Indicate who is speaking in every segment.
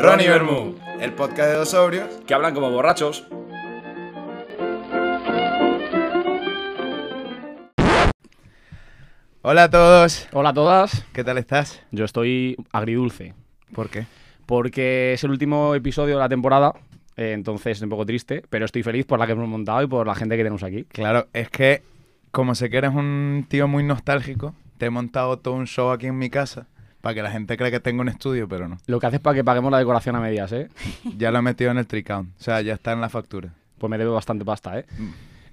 Speaker 1: Ronnie Bermú,
Speaker 2: el podcast de dos sobrios.
Speaker 1: que hablan como borrachos.
Speaker 2: Hola a todos,
Speaker 3: Hola a todas,
Speaker 2: ¿qué tal estás?
Speaker 3: yo estoy agridulce,
Speaker 2: ¿Por qué?
Speaker 3: porque es el último episodio de la temporada, eh, entonces estoy un poco triste, pero estoy feliz por la que hemos montado y por la gente que tenemos aquí.
Speaker 2: Claro, es que como sé que eres un tío muy nostálgico, te he montado todo un show aquí en mi casa para que la gente crea que tengo un estudio, pero no.
Speaker 3: Lo que haces para que paguemos la decoración a medias, ¿eh?
Speaker 2: Ya lo he metido en el tricount, o sea, ya está en la factura.
Speaker 3: Pues me debe bastante pasta, ¿eh?
Speaker 1: Mm.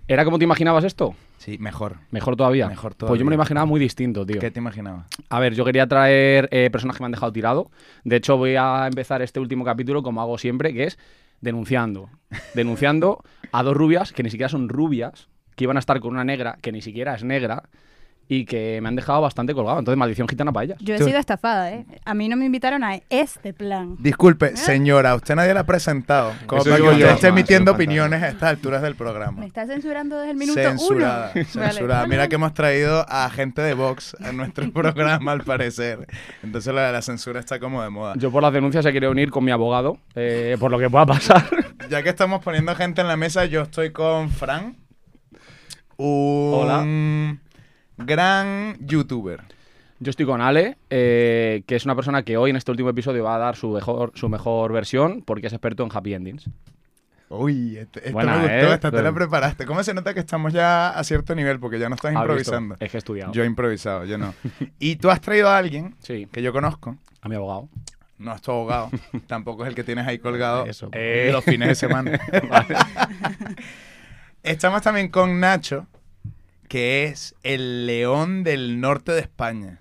Speaker 3: ¿Era como te imaginabas esto?
Speaker 2: Sí, mejor.
Speaker 3: Mejor todavía.
Speaker 2: Mejor
Speaker 3: Pues yo me
Speaker 2: todavía.
Speaker 3: lo imaginaba muy distinto, tío.
Speaker 2: ¿Qué te imaginabas?
Speaker 3: A ver, yo quería traer eh, personas que me han dejado tirado. De hecho, voy a empezar este último capítulo como hago siempre, que es denunciando. Denunciando a dos rubias que ni siquiera son rubias, que iban a estar con una negra que ni siquiera es negra y que me han dejado bastante colgado. Entonces, maldición gitana para ellas.
Speaker 4: Yo he
Speaker 2: Tú-
Speaker 4: sido estafada, ¿eh? A mí no me invitaron a este plan.
Speaker 2: Disculpe, señora, usted nadie la ha presentado. Como
Speaker 1: Eso
Speaker 2: para que
Speaker 1: digo yo.
Speaker 2: usted esté
Speaker 1: Ah, sí,
Speaker 2: emitiendo
Speaker 1: fantasma.
Speaker 2: opiniones a estas alturas del
Speaker 4: Me
Speaker 2: programa.
Speaker 4: está censurando desde el minuto
Speaker 2: Censurada,
Speaker 4: uno. Vale.
Speaker 2: censurada. Mira que hemos traído a gente de Vox a nuestro programa, al parecer. Entonces la, la censura está como de moda.
Speaker 3: Yo por las denuncias he querido unir con mi abogado, eh, por lo que pueda pasar.
Speaker 2: Ya que estamos poniendo gente en la mesa, yo estoy con Fran, un gran youtuber.
Speaker 3: Yo estoy con Ale, eh, que es una persona que hoy en este último episodio va a dar su mejor, su mejor versión porque es experto en happy endings.
Speaker 2: Uy, este- esto
Speaker 3: Buena,
Speaker 2: me gustó,
Speaker 3: ¿eh?
Speaker 2: esta te la
Speaker 3: Bueno.
Speaker 2: preparaste. ¿Cómo se nota que estamos ya a cierto nivel? Porque ya no estás
Speaker 3: ¿Has Ah, visto?
Speaker 2: improvisando.
Speaker 3: Es que he estudiado.
Speaker 2: Yo he improvisado, yo no. Y tú has traído a alguien
Speaker 3: Sí,
Speaker 2: que yo conozco,
Speaker 3: a mi abogado.
Speaker 2: no es tu abogado, tampoco es el que tienes ahí colgado
Speaker 3: Eso.
Speaker 2: eh, los fines de semana. Estamos también con Nacho, que es el león del norte de España.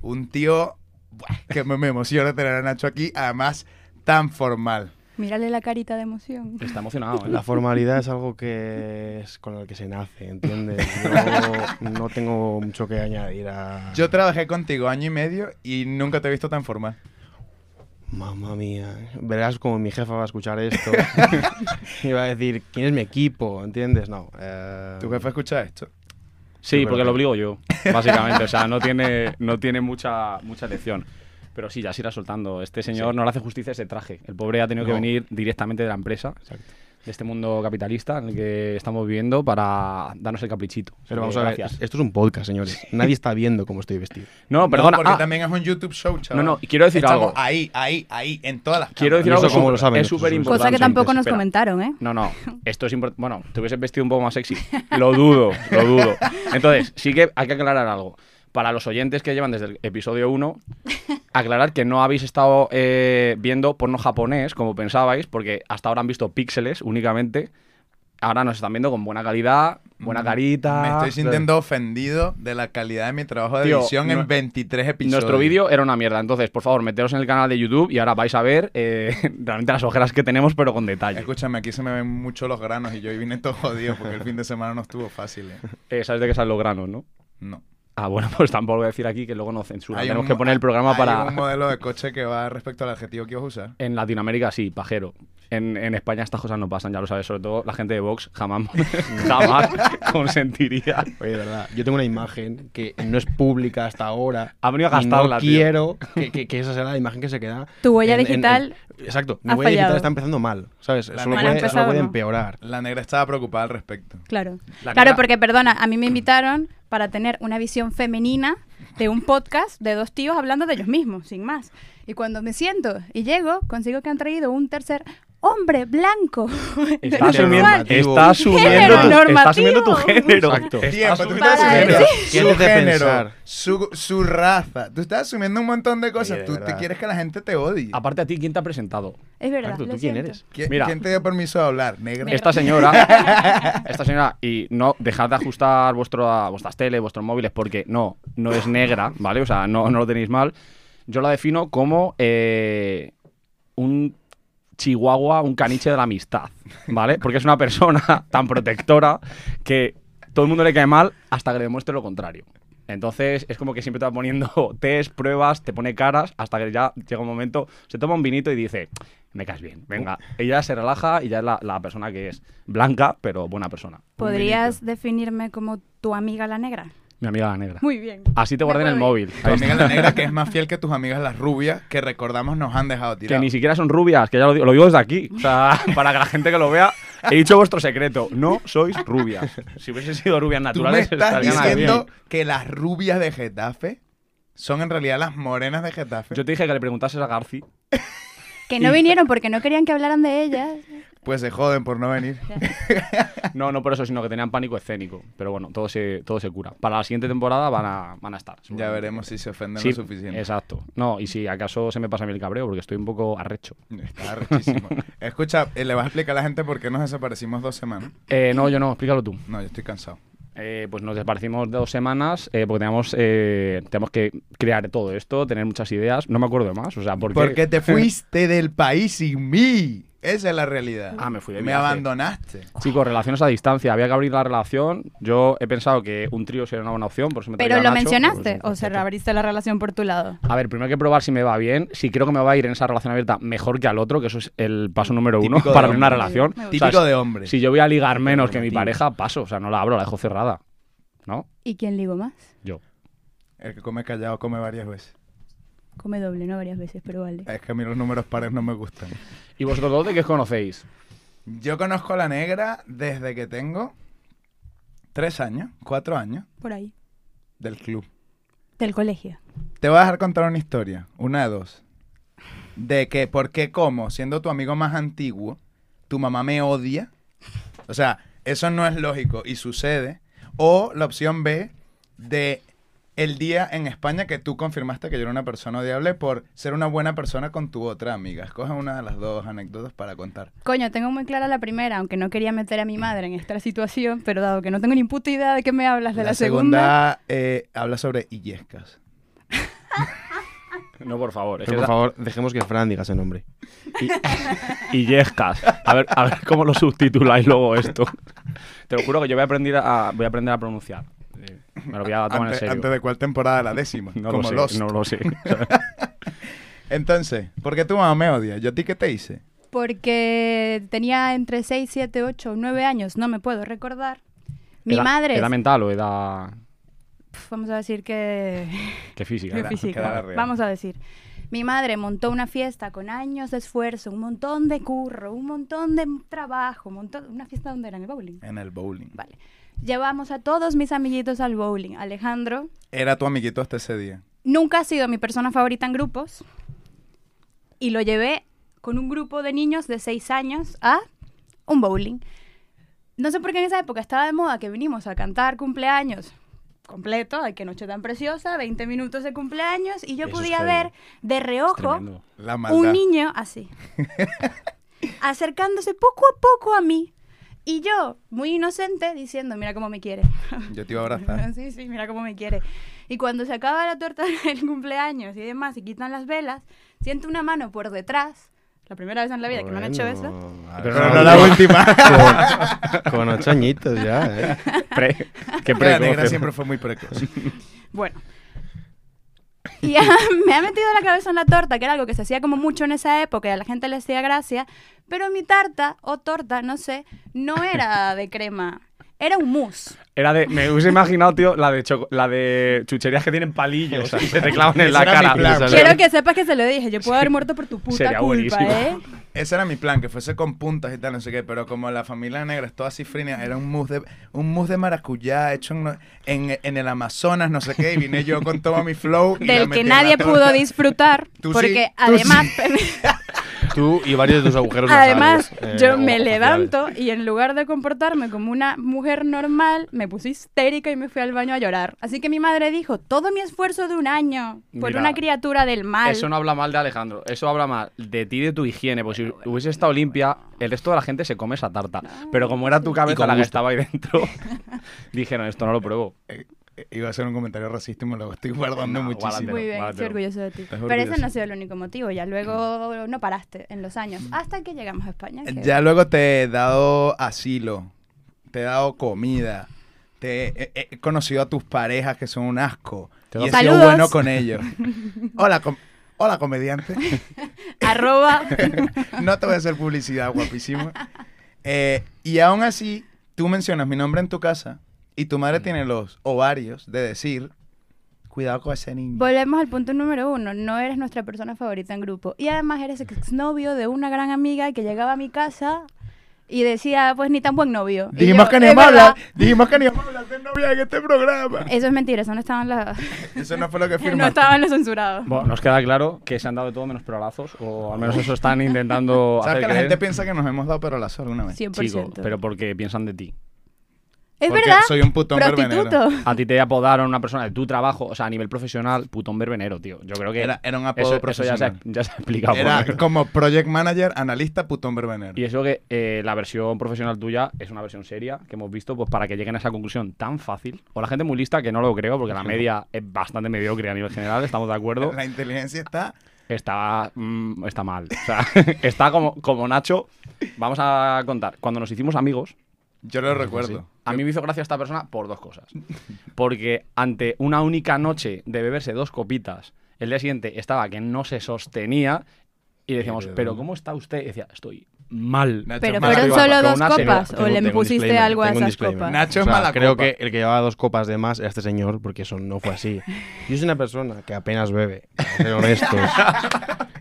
Speaker 2: Un tío buah, que me, me emociona tener a Nacho aquí, además tan formal.
Speaker 4: Mírale la carita de emoción.
Speaker 3: Está emocionado. ¿eh?
Speaker 5: La formalidad es algo que es con el que se nace, ¿entiendes? Yo no tengo mucho que añadir a...
Speaker 2: Yo trabajé contigo año y medio y nunca te he visto tan formal.
Speaker 5: Mamma mía, verás como mi jefa va a escuchar esto y va a decir, ¿quién es mi equipo? ¿Entiendes? No. eh,
Speaker 2: ¿Tu jefe escucha esto?
Speaker 3: Sí,
Speaker 5: Yo creo
Speaker 3: porque
Speaker 5: que-
Speaker 3: lo obligo yo, básicamente. O sea, no tiene, no tiene mucha, mucha elección. Pero sí, ya se irá soltando. Este señor no le hace justicia ese traje. El pobre ha tenido que
Speaker 5: No.
Speaker 3: venir directamente de la empresa,
Speaker 5: Exacto.
Speaker 3: de este mundo capitalista en el que estamos viviendo, para darnos el caprichito. Eh,
Speaker 5: Pero vamos a ver,
Speaker 3: gracias.
Speaker 5: esto es un podcast, señores. Nadie está viendo cómo estoy vestido.
Speaker 3: No, perdona.
Speaker 2: No, porque
Speaker 3: ah,
Speaker 2: también es un YouTube show, chaval.
Speaker 3: No, no, y quiero decir
Speaker 2: Estamos
Speaker 3: algo.
Speaker 2: ahí, ahí, ahí, en todas las
Speaker 3: Quiero decir
Speaker 5: ¿Y eso
Speaker 3: algo
Speaker 5: cómo
Speaker 3: súper-
Speaker 5: lo
Speaker 3: es
Speaker 5: saben nuestros
Speaker 3: súper importante.
Speaker 5: oyentes?
Speaker 4: Cosa que tampoco nos
Speaker 3: Espera.
Speaker 4: comentaron, ¿eh?
Speaker 3: No, no, esto es importante. Bueno, te hubieses vestido un poco más sexy. Lo dudo, lo dudo. Entonces, sí que hay que aclarar algo. Para los oyentes que llevan desde el episodio 1, aclarar que no habéis estado eh, viendo porno japonés como pensabais, porque hasta ahora han visto píxeles únicamente. Ahora nos están viendo con buena calidad, buena carita.
Speaker 2: Mm, Me estoy sintiendo ofendido de la calidad de mi trabajo de
Speaker 3: Tío,
Speaker 2: edición en
Speaker 3: nue-
Speaker 2: 23 episodios.
Speaker 3: Nuestro vídeo era una mierda, entonces por favor meteros en el canal de YouTube y ahora vais a ver eh, realmente las ojeras que tenemos, pero con detalle.
Speaker 2: Escúchame, aquí se me ven mucho los granos y yo hoy vine todo jodido porque el fin de semana no estuvo fácil. ¿eh?
Speaker 3: Eh, sabes de qué salen los granos, ¿no?
Speaker 2: No.
Speaker 3: Ah, bueno, pues tampoco voy a decir aquí que luego nos censuran.
Speaker 2: Hay
Speaker 3: Tenemos
Speaker 2: un-
Speaker 3: que poner el programa
Speaker 2: hay
Speaker 3: para.
Speaker 2: un modelo de coche que va respecto al adjetivo que vas a usar.
Speaker 3: En Latinoamérica sí, pajero. En, en España estas cosas no pasan, ya lo sabes. Sobre todo la gente de Vox jamás, jamás consentiría.
Speaker 5: Oye, de verdad, yo tengo una imagen que no es pública hasta ahora.
Speaker 3: Ha venido a
Speaker 5: y
Speaker 3: gastarla,
Speaker 5: No
Speaker 3: tío.
Speaker 5: quiero que, que- que esa sea la imagen que se queda.
Speaker 4: Tu huella digital
Speaker 5: exacto, mi
Speaker 4: ha
Speaker 5: huella digital
Speaker 4: fallado.
Speaker 5: está empezando mal, ¿sabes?
Speaker 2: La
Speaker 5: Solo
Speaker 2: mía-
Speaker 5: puede,
Speaker 2: Mal ha
Speaker 5: solo
Speaker 4: empezado,
Speaker 5: puede
Speaker 4: ¿no?
Speaker 5: empeorar.
Speaker 2: La negra estaba preocupada al respecto.
Speaker 4: Claro.
Speaker 3: La
Speaker 4: Claro,
Speaker 3: cara-
Speaker 4: porque perdona, a mí me invitaron para tener una visión femenina de un podcast de dos tíos hablando de ellos mismos, sin más. Y cuando me siento y llego, consigo que han traído un tercer hombre blanco.
Speaker 3: Está
Speaker 4: heteronormal.
Speaker 3: asumiendo, está asumiendo,
Speaker 4: Género
Speaker 3: tu, está asumiendo tu
Speaker 4: normativo.
Speaker 3: género.
Speaker 5: Exacto.
Speaker 3: Está
Speaker 2: Tiempo, tú
Speaker 3: asumiendo-
Speaker 2: estás
Speaker 4: Para
Speaker 2: asumiendo
Speaker 4: decir-
Speaker 2: su
Speaker 5: Tienes de
Speaker 2: género,
Speaker 5: pensar.
Speaker 2: su, su raza. Tú estás asumiendo un montón de cosas.
Speaker 5: Oye, de
Speaker 2: tú te
Speaker 5: verdad.
Speaker 2: quieres que la gente te odie.
Speaker 3: Aparte a ti, ¿quién te ha presentado?
Speaker 4: Es verdad.
Speaker 5: Exacto,
Speaker 4: lo
Speaker 5: ¿tú quién
Speaker 4: siento.
Speaker 5: eres?
Speaker 2: ¿Qui-
Speaker 3: Ah, Mira.
Speaker 2: ¿Quién te dio permiso de hablar, negra?
Speaker 4: Mira.
Speaker 3: Esta señora, esta señora, y no, dejad de ajustar vuestro, vuestras teles, vuestros móviles, porque no, no es negra, ¿vale? O sea, no, no lo tenéis mal. Yo la defino como eh, un chihuahua, un caniche de la amistad, ¿vale? Porque es una persona tan protectora que todo el mundo le cae mal hasta que le demuestre lo contrario. Entonces es como que siempre te va poniendo test, pruebas, te pone caras, hasta que ya llega un momento, se toma un vinito y dice, me caes bien, venga. Ella se relaja y ya es la, la persona
Speaker 4: Pues
Speaker 3: que es blanca, pero buena persona.
Speaker 4: ¿Podrías definirme como tu amiga la negra?
Speaker 3: Mi amiga la negra.
Speaker 4: Muy bien.
Speaker 3: Así te guardé en
Speaker 4: Me
Speaker 3: el
Speaker 4: puedo ir.
Speaker 3: móvil.
Speaker 2: Tu amiga la negra que es más fiel que tus amigas las rubias que recordamos nos han dejado
Speaker 3: Que
Speaker 2: tirar.
Speaker 3: ni siquiera son rubias, que ya lo digo, lo digo desde aquí. O sea, para que la gente que lo vea, he dicho vuestro secreto. No sois rubias. Si hubiesen sido rubias
Speaker 2: Tú me
Speaker 3: naturales,
Speaker 2: estás
Speaker 3: estarían ahí
Speaker 2: diciendo
Speaker 3: Ah, bien.
Speaker 2: que las rubias de Getafe son en realidad las morenas de Getafe.
Speaker 3: Yo te dije que le preguntases a Garci.
Speaker 4: Que no
Speaker 3: Y-
Speaker 4: vinieron porque no querían que hablaran de ellas.
Speaker 2: Pues se joden por no venir.
Speaker 3: No, no por eso, sino que tenían pánico escénico. Pero bueno, todo se, todo se cura. Para la siguiente temporada van a, van a estar.
Speaker 2: Ya
Speaker 3: seguramente.
Speaker 2: veremos si se ofenden
Speaker 3: Sí,
Speaker 2: lo suficiente.
Speaker 3: exacto. No, y si acaso se me pasa a mí el cabreo, porque estoy un poco arrecho.
Speaker 2: Está arrechísimo. Escucha, eh, le vas a explicar a la gente por qué nos desaparecimos dos semanas.
Speaker 3: Eh, no, yo no, explícalo tú.
Speaker 2: No, yo estoy cansado.
Speaker 3: Eh, pues nos desaparecimos dos semanas eh, porque teníamos, eh, tenemos que crear todo esto, tener muchas ideas. No me acuerdo de más, o sea, porque...
Speaker 2: Porque te fuiste del país sin mí. Esa es la realidad.
Speaker 3: Ah, me fui de
Speaker 2: Me
Speaker 3: viaje.
Speaker 2: abandonaste.
Speaker 3: Chicos, relaciones a distancia, había que abrir la relación. Yo he pensado que un trío sería una buena opción, por eso me
Speaker 4: Pero
Speaker 3: traía a
Speaker 4: lo
Speaker 3: Nacho.
Speaker 4: mencionaste
Speaker 3: Pues,
Speaker 4: o se abriste la relación por tu lado.
Speaker 3: A ver, primero hay que probar si me va bien, si creo que me va a ir en esa relación abierta mejor que al otro, que eso es el paso número uno
Speaker 2: Típico de
Speaker 3: para abrir una
Speaker 2: hombre.
Speaker 3: relación.
Speaker 4: Me gusta.
Speaker 3: O sea,
Speaker 2: Típico de hombre.
Speaker 3: Si yo voy a ligar menos que mi
Speaker 2: Típico.
Speaker 3: pareja, paso, o sea, no la abro, la dejo cerrada. ¿No?
Speaker 4: ¿Y quién ligó más?
Speaker 3: Yo.
Speaker 2: El que come callado come varias veces.
Speaker 4: Come doble, no varias veces, pero vale.
Speaker 2: Es que a mí los números pares no me gustan.
Speaker 3: ¿Y vosotros dos de qué os conocéis?
Speaker 2: Yo conozco a la negra desde que tengo tres años, cuatro años
Speaker 4: Por ahí.
Speaker 2: del club.
Speaker 4: Del colegio.
Speaker 2: Te voy a dejar contar una historia, una de dos. De que, ¿por qué como, siendo tu amigo más antiguo, tu mamá me odia? O sea, eso no es lógico y sucede. O la opción B de el día en España que tú confirmaste que yo era una persona odiable por ser una buena persona con tu otra amiga. Escoge una de las dos anécdotas para contar.
Speaker 4: Coño, tengo muy clara la primera, aunque no quería meter a mi madre en esta situación, pero dado que no tengo ni puta idea de qué me hablas de la, segunda.
Speaker 2: eh, habla sobre Illescas.
Speaker 3: No, por favor. es
Speaker 5: Pero
Speaker 3: que
Speaker 5: por
Speaker 3: es-
Speaker 5: favor, dejemos que Fran diga ese nombre.
Speaker 3: y yescas. A ver, a ver cómo lo subtituláis luego esto. Te lo juro que yo voy a aprender a, voy a, aprender a pronunciar. Eh, Me lo voy a tomar en
Speaker 2: Antes,
Speaker 3: serio.
Speaker 2: antes de cuál temporada, la décima.
Speaker 3: No
Speaker 2: como
Speaker 3: lo
Speaker 2: Lost.
Speaker 3: sé, no lo sé.
Speaker 2: Entonces, ¿por qué tu mamá me odia? ¿Yo a ti qué te hice?
Speaker 4: Porque tenía entre 6, 7, 8, 9 años, no me puedo recordar. Mi
Speaker 3: Era-
Speaker 4: madre, es-
Speaker 3: ¿Era mental o era
Speaker 4: pf, vamos a decir que
Speaker 3: que física?
Speaker 4: Muy
Speaker 2: Queda-
Speaker 4: física.
Speaker 2: queda real.
Speaker 4: Vamos a decir. Mi madre montó una fiesta con años de esfuerzo, un montón de curro, un montón de trabajo, un montón- una fiesta donde era en el bowling.
Speaker 2: En el bowling.
Speaker 4: Vale. Llevamos a todos mis amiguitos al bowling. Alejandro
Speaker 2: Era tu amiguito hasta ese día.
Speaker 4: nunca ha sido mi persona favorita en grupos y lo llevé con un grupo de niños de 6 años a un bowling. No sé por qué en esa época estaba de moda que vinimos a cantar cumpleaños completo, ay, qué noche tan preciosa, 20 minutos de cumpleaños y yo
Speaker 3: Eso es
Speaker 4: podía
Speaker 3: heavy.
Speaker 4: ver de
Speaker 3: Es
Speaker 4: reojo
Speaker 3: tremendo.
Speaker 2: La maldad.
Speaker 4: un niño así, acercándose poco a poco a mí y yo, muy inocente, diciendo, mira cómo me quiere.
Speaker 2: Yo te iba a abrazar.
Speaker 4: Sí, sí, mira cómo me quiere. Y cuando se acaba la torta del cumpleaños y demás, y quitan las velas, siento una mano por detrás. La primera vez en la vida que me han hecho eso.
Speaker 3: Pero
Speaker 2: Pero
Speaker 3: no
Speaker 2: no,
Speaker 3: la
Speaker 2: la
Speaker 3: última.
Speaker 2: última.
Speaker 5: Con, con ocho añitos ya, ¿eh?
Speaker 3: Pre- qué
Speaker 2: la
Speaker 3: precoz,
Speaker 2: negra
Speaker 3: eh.
Speaker 2: siempre fue muy precoz.
Speaker 4: Bueno. Y ah, me ha metido la cabeza en la torta, que era algo que se hacía como mucho en esa época y a la gente le hacía gracia. Pero mi tarta, o torta, no sé, no era de crema. Era un mousse.
Speaker 3: Era de, me hubiese imaginado, tío, la de, choco- la de chucherías que tienen palillos y se te clavan en
Speaker 2: Ese
Speaker 3: la
Speaker 2: era mi
Speaker 3: cara.
Speaker 2: plan.
Speaker 3: ¿sabes?
Speaker 4: Quiero que sepas que se lo dije. Yo puedo haber muerto por tu puta
Speaker 3: Sería
Speaker 4: culpa,
Speaker 3: buenísimo.
Speaker 4: ¿eh?
Speaker 2: Ese era mi plan, que fuese con puntas y tal, no sé qué. Pero como la familia negra es toda cifrina, era un mousse de, un mousse de maracuyá hecho en, en- en el Amazonas, no sé qué. Y vine yo con todo mi flow. y la
Speaker 4: Del
Speaker 2: metí
Speaker 4: que
Speaker 2: en la
Speaker 4: nadie
Speaker 2: torta.
Speaker 4: pudo disfrutar.
Speaker 2: Tú sí,
Speaker 4: porque
Speaker 2: tú sí.
Speaker 4: además.
Speaker 5: Tú y varios de tus agujeros
Speaker 4: Además,
Speaker 5: nasales, eh,
Speaker 4: yo
Speaker 5: o
Speaker 4: me
Speaker 5: faciales.
Speaker 4: levanto y en lugar de comportarme como una mujer normal, me puse histérica y me fui al baño a llorar. Así que mi madre dijo, todo mi esfuerzo de un año por
Speaker 3: Mira,
Speaker 4: una criatura del mal.
Speaker 3: Eso no habla mal de Alejandro, eso habla mal de ti y de tu higiene, porque si hubiese estado limpia, el resto de la gente se come esa tarta. Pero como era tu cabeza
Speaker 5: con
Speaker 3: la que
Speaker 5: gusto.
Speaker 3: estaba ahí dentro, dijeron, esto no lo pruebo.
Speaker 2: Eh, Iba a hacer un comentario racista y me lo estoy guardando
Speaker 3: No,
Speaker 2: muchísimo.
Speaker 3: guárdatelo.
Speaker 4: Muy bien,
Speaker 3: Vale,
Speaker 4: estoy
Speaker 3: pero-
Speaker 4: orgulloso de ti.
Speaker 2: Estás
Speaker 4: Pero ese
Speaker 2: orgulloso.
Speaker 4: no ha sido el único motivo. Ya luego no paraste en los años. Hasta que llegamos a España. que-
Speaker 2: Ya luego te he dado asilo, te he dado comida, te he, he- he conocido a tus parejas que son un asco.
Speaker 3: Te he
Speaker 2: y he
Speaker 3: dado-
Speaker 2: sido
Speaker 4: ¡Saludos!
Speaker 2: bueno con ellos. Hola, com- hola comediante.
Speaker 4: Arroba.
Speaker 2: no te voy a hacer publicidad, guapísimo. Eh, y aún así, tú mencionas mi nombre en tu casa Y tu madre tiene los ovarios de decir, cuidado con ese niño.
Speaker 4: Volvemos al punto número uno. No eres nuestra persona favorita en grupo. Y además eres exnovio de una gran amiga que llegaba a mi casa y decía, pues ni tan buen novio. Y
Speaker 2: dijimos
Speaker 4: yo,
Speaker 2: que ni
Speaker 4: "Es
Speaker 2: íbamos a
Speaker 4: verdad".
Speaker 2: hablar, dijimos que ni íbamos a hablar de novia en este programa.
Speaker 4: Eso es mentira, eso no estaban las...
Speaker 2: Eso no fue lo que
Speaker 4: No
Speaker 2: firmaste.
Speaker 4: estaban los censurados.
Speaker 3: Bueno, nos queda claro que se han dado de todo menos perolazos, o al menos eso están intentando hacer
Speaker 2: ¿Sabes que la
Speaker 3: creer,
Speaker 2: gente piensa que nos hemos dado perolazo alguna vez?
Speaker 4: 100%.
Speaker 3: chico, pero porque piensan de ti.
Speaker 4: es
Speaker 2: porque
Speaker 4: verdad.
Speaker 2: soy un putón
Speaker 4: prostituto.
Speaker 2: verbenero.
Speaker 3: A ti te apodaron una persona de tu trabajo, o sea, a nivel profesional, putón verbenero, tío. Yo creo que
Speaker 2: Era- era un apodo
Speaker 3: eso,
Speaker 2: profesional.
Speaker 3: Eso ya se, ha- ya se ha explicado.
Speaker 2: Era
Speaker 3: ¿no?
Speaker 2: como project manager, analista, putón verbenero.
Speaker 3: Y eso que eh, la versión profesional tuya es una versión seria que hemos visto, pues para que lleguen a esa conclusión tan fácil. O la gente muy lista, que no lo creo, porque la media es bastante mediocre a nivel general, estamos de acuerdo.
Speaker 2: La inteligencia está
Speaker 3: Está, mm, está mal. O sea, está como, como Nacho. Vamos a contar. Cuando nos hicimos amigos,
Speaker 2: Yo lo recuerdo.
Speaker 3: a mí me hizo gracia esta persona por dos cosas. Porque ante una única noche de beberse dos copitas, el día siguiente estaba que no se sostenía y decíamos, ¿pero cómo está usted? Y decía, estoy mal.
Speaker 2: Nacho
Speaker 4: Pero
Speaker 2: es mala
Speaker 4: fueron
Speaker 2: copa.
Speaker 4: solo
Speaker 3: pero
Speaker 4: dos
Speaker 3: una señora,
Speaker 4: copas o
Speaker 5: Ah, Tengo-
Speaker 4: le
Speaker 5: tengo un
Speaker 4: impusiste
Speaker 5: disclaimer,
Speaker 4: algo a
Speaker 5: tengo un
Speaker 4: esas
Speaker 5: disclaimer.
Speaker 4: copas.
Speaker 2: Nacho es mala
Speaker 5: Creo
Speaker 2: copa.
Speaker 5: que el que llevaba dos copas de más era este señor, porque eso no fue así. Yo soy una persona que apenas bebe, para ser honestos.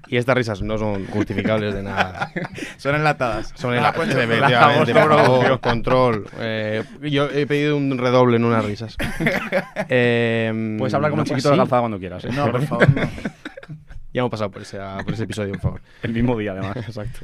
Speaker 5: Y estas risas no son justificables de nada.
Speaker 2: Son enlatadas.
Speaker 5: Son
Speaker 2: Ah,
Speaker 5: la
Speaker 2: pues,
Speaker 5: efectivamente,
Speaker 2: la-
Speaker 5: por favor, control. Eh, yo he pedido un redoble en unas risas. Eh,
Speaker 3: Puedes hablar como
Speaker 5: no
Speaker 3: un
Speaker 5: fue
Speaker 3: chiquito de
Speaker 5: así.
Speaker 3: calzada cuando quieras. ¿eh?
Speaker 2: No, por favor, no.
Speaker 5: Ya hemos pasado por ese, por ese episodio, por favor.
Speaker 3: El mismo día, además.
Speaker 5: Exacto.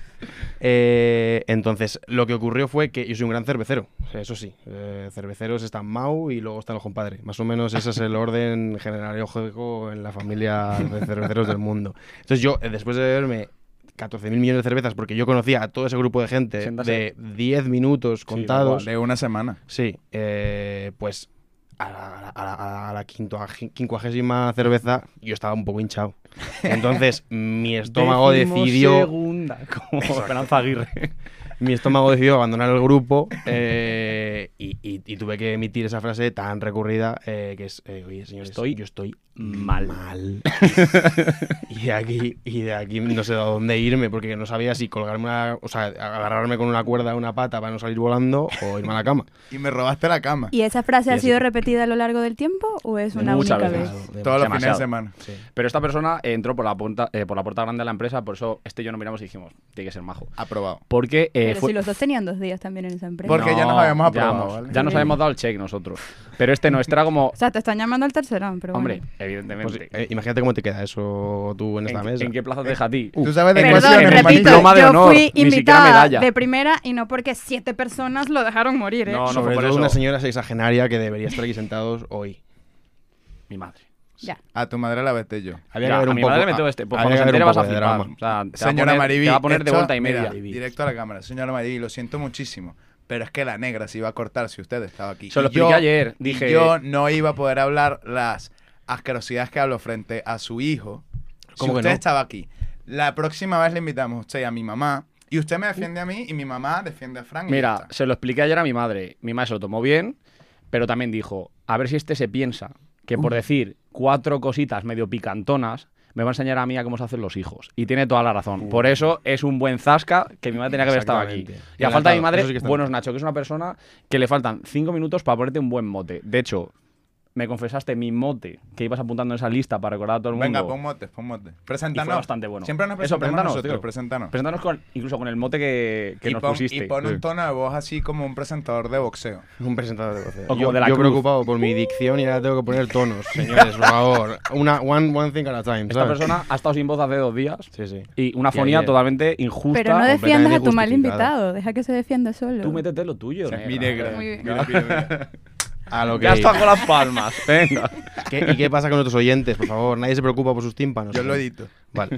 Speaker 5: Eh, entonces, lo que ocurrió fue que yo soy un gran cervecero, o sea, eso sí. Eh, cerveceros están Mau y luego están los compadres. Más o menos ese es el orden generalógico en la familia de cerveceros del mundo. Entonces yo, eh, después de beberme 14.000 millones de cervezas, porque yo conocía a todo ese grupo de gente
Speaker 3: Siéntase.
Speaker 5: de 10 minutos contados,
Speaker 2: De una semana.
Speaker 5: Sí, eh, pues a la, a la- a la- a la quintoagi- quincuagésima cerveza yo estaba un poco hinchado. Entonces mi estómago decidió,
Speaker 3: Segunda, como Esperanza Aguirre.
Speaker 5: mi estómago decidió abandonar el grupo eh, y, y- y tuve que emitir esa frase tan recurrida eh, que es, eh, oye señores,
Speaker 3: Estoy
Speaker 5: yo estoy
Speaker 3: mal.
Speaker 5: mal. y de aquí y de aquí no sé a dónde irme porque no sabía si colgarme una, o sea, agarrarme con una cuerda de una pata para no salir volando o irme a la cama.
Speaker 2: Y me robaste la cama.
Speaker 4: ¿Y esa frase
Speaker 5: Y
Speaker 4: ha
Speaker 5: así.
Speaker 4: sido repetida a lo largo del tiempo o es una
Speaker 3: Muchas
Speaker 4: única
Speaker 3: veces. Eh,
Speaker 4: vez?
Speaker 2: Todos los fines de
Speaker 3: Demasiado.
Speaker 2: semana.
Speaker 3: Pero esta persona entró por la, punta, eh, por la puerta grande de la empresa, por eso este y yo nos miramos y dijimos, tiene que ser majo.
Speaker 2: Aprobado.
Speaker 3: Porque eh,
Speaker 4: Pero
Speaker 3: fue-
Speaker 4: si los dos tenían dos días también en esa empresa.
Speaker 2: Por- Porque ya nos habíamos
Speaker 3: ya
Speaker 2: aprobado,
Speaker 3: hemos-
Speaker 2: ¿vale?
Speaker 3: Ya nos habíamos dado el check nosotros. Pero este no, este era como,
Speaker 4: O sea, te están llamando al tercerón, pero
Speaker 3: hombre,
Speaker 4: bueno.
Speaker 5: Pues,
Speaker 3: evidentemente.
Speaker 5: eh, imagínate cómo te queda eso tú en
Speaker 3: ¿En,
Speaker 5: esta
Speaker 3: qué-
Speaker 5: mesa. Eh,
Speaker 3: en qué plaza te deja a ti?
Speaker 2: ¿Tú sabes de
Speaker 3: en
Speaker 2: cuál Uh,
Speaker 4: Perdón,
Speaker 2: cuestión,
Speaker 3: en
Speaker 4: repito,
Speaker 3: diploma de
Speaker 4: yo
Speaker 3: honor,
Speaker 4: fui
Speaker 3: ni siquiera
Speaker 4: invitada
Speaker 3: medalla.
Speaker 4: de primera y no porque siete personas lo dejaron morir, ¿eh?
Speaker 3: No, no,
Speaker 5: Sobre
Speaker 3: por
Speaker 5: todo
Speaker 3: eso.
Speaker 5: una señora sexagenaria que debería estar aquí sentados hoy.
Speaker 3: Mi madre.
Speaker 4: Ya.
Speaker 2: A tu madre la vete yo.
Speaker 5: Había
Speaker 3: Ya,
Speaker 5: que haber
Speaker 3: a
Speaker 5: un
Speaker 3: mi
Speaker 5: poco,
Speaker 3: madre me tengo este. Pues cuando
Speaker 5: había que
Speaker 3: se
Speaker 5: haber
Speaker 3: entere
Speaker 5: un
Speaker 3: vas a
Speaker 5: poco de
Speaker 3: flipar.
Speaker 5: drama.
Speaker 3: O sea, te va a
Speaker 2: Señora
Speaker 3: poner-
Speaker 2: Mariví,
Speaker 3: te va a poner de
Speaker 2: esto-
Speaker 3: vuelta y
Speaker 2: mira,
Speaker 3: media.
Speaker 2: directo a la cámara. Señora Mariví, lo siento muchísimo, pero es que la negra se iba a cortar si usted estaba aquí.
Speaker 3: Se lo
Speaker 2: Y yo-
Speaker 3: expliqué ayer,
Speaker 2: y
Speaker 3: dije-
Speaker 2: Yo no iba a poder hablar las asquerosidades que hablo frente a su hijo si
Speaker 5: ¿Cómo que
Speaker 2: usted
Speaker 5: no?
Speaker 2: estaba aquí. La próxima vez le invitamos a usted y a mi mamá. Y usted me defiende a mí y mi mamá defiende a Frank. y ya
Speaker 3: Mira,
Speaker 2: está.
Speaker 3: se lo expliqué ayer a mi madre. Mi madre se lo tomó bien, pero también dijo, a ver si este se piensa que por decir cuatro cositas medio picantonas, me va a enseñar a mí a cómo se hacen los hijos. Y tiene toda la razón. Por eso es un buen zasca que mi madre tenía que haber estado aquí.
Speaker 5: Exactamente.
Speaker 3: Y a falta de mi
Speaker 5: Enlatado.
Speaker 3: madre,
Speaker 5: Eso sí que está
Speaker 3: buenos
Speaker 5: bien.
Speaker 3: Nacho, que es una persona que le faltan cinco minutos para ponerte un buen mote. De hecho, me confesaste mi mote que ibas apuntando en esa lista para recordar a todo el mundo.
Speaker 2: Venga, pon motes, pon motes.
Speaker 3: y
Speaker 2: Preséntanos.
Speaker 3: fue bastante bueno.
Speaker 2: Siempre nos
Speaker 3: Eso,
Speaker 2: presentamos nosotros,
Speaker 3: tío.
Speaker 2: preséntanos.
Speaker 3: Preséntanos con, incluso con el mote que, que
Speaker 2: y,
Speaker 3: nos
Speaker 2: pon,
Speaker 3: pusiste.
Speaker 2: y pon
Speaker 3: Sí.
Speaker 2: un tono de voz así como un presentador de boxeo.
Speaker 5: Un presentador de voceo.
Speaker 3: O como
Speaker 5: Yo,
Speaker 3: de la
Speaker 5: yo
Speaker 3: Cruz.
Speaker 5: preocupado por mi dicción y ahora tengo que poner tonos, señores, por favor. Una, one, one thing at a time,
Speaker 3: Esta
Speaker 5: ¿sabes?
Speaker 3: persona ha estado sin voz hace dos días.
Speaker 5: Sí, sí.
Speaker 3: Y una
Speaker 5: Y
Speaker 3: fonía
Speaker 5: ayer.
Speaker 3: totalmente injusta.
Speaker 4: Pero no
Speaker 5: de-
Speaker 4: defiendas a
Speaker 5: completamente
Speaker 4: tu mal
Speaker 5: justificada.
Speaker 4: invitado, deja que se defienda solo.
Speaker 3: Tú métete lo tuyo,
Speaker 2: O sea,
Speaker 3: negra.
Speaker 2: mi negra.
Speaker 4: Muy bien.
Speaker 2: Mira, mira, mira.
Speaker 5: A lo que...
Speaker 3: Ya está con las palmas. Venga.
Speaker 5: ¿Qué- ¿Y qué pasa con nuestros oyentes, por favor? Nadie se preocupa por sus tímpanos.
Speaker 2: Yo lo edito.
Speaker 5: Vale.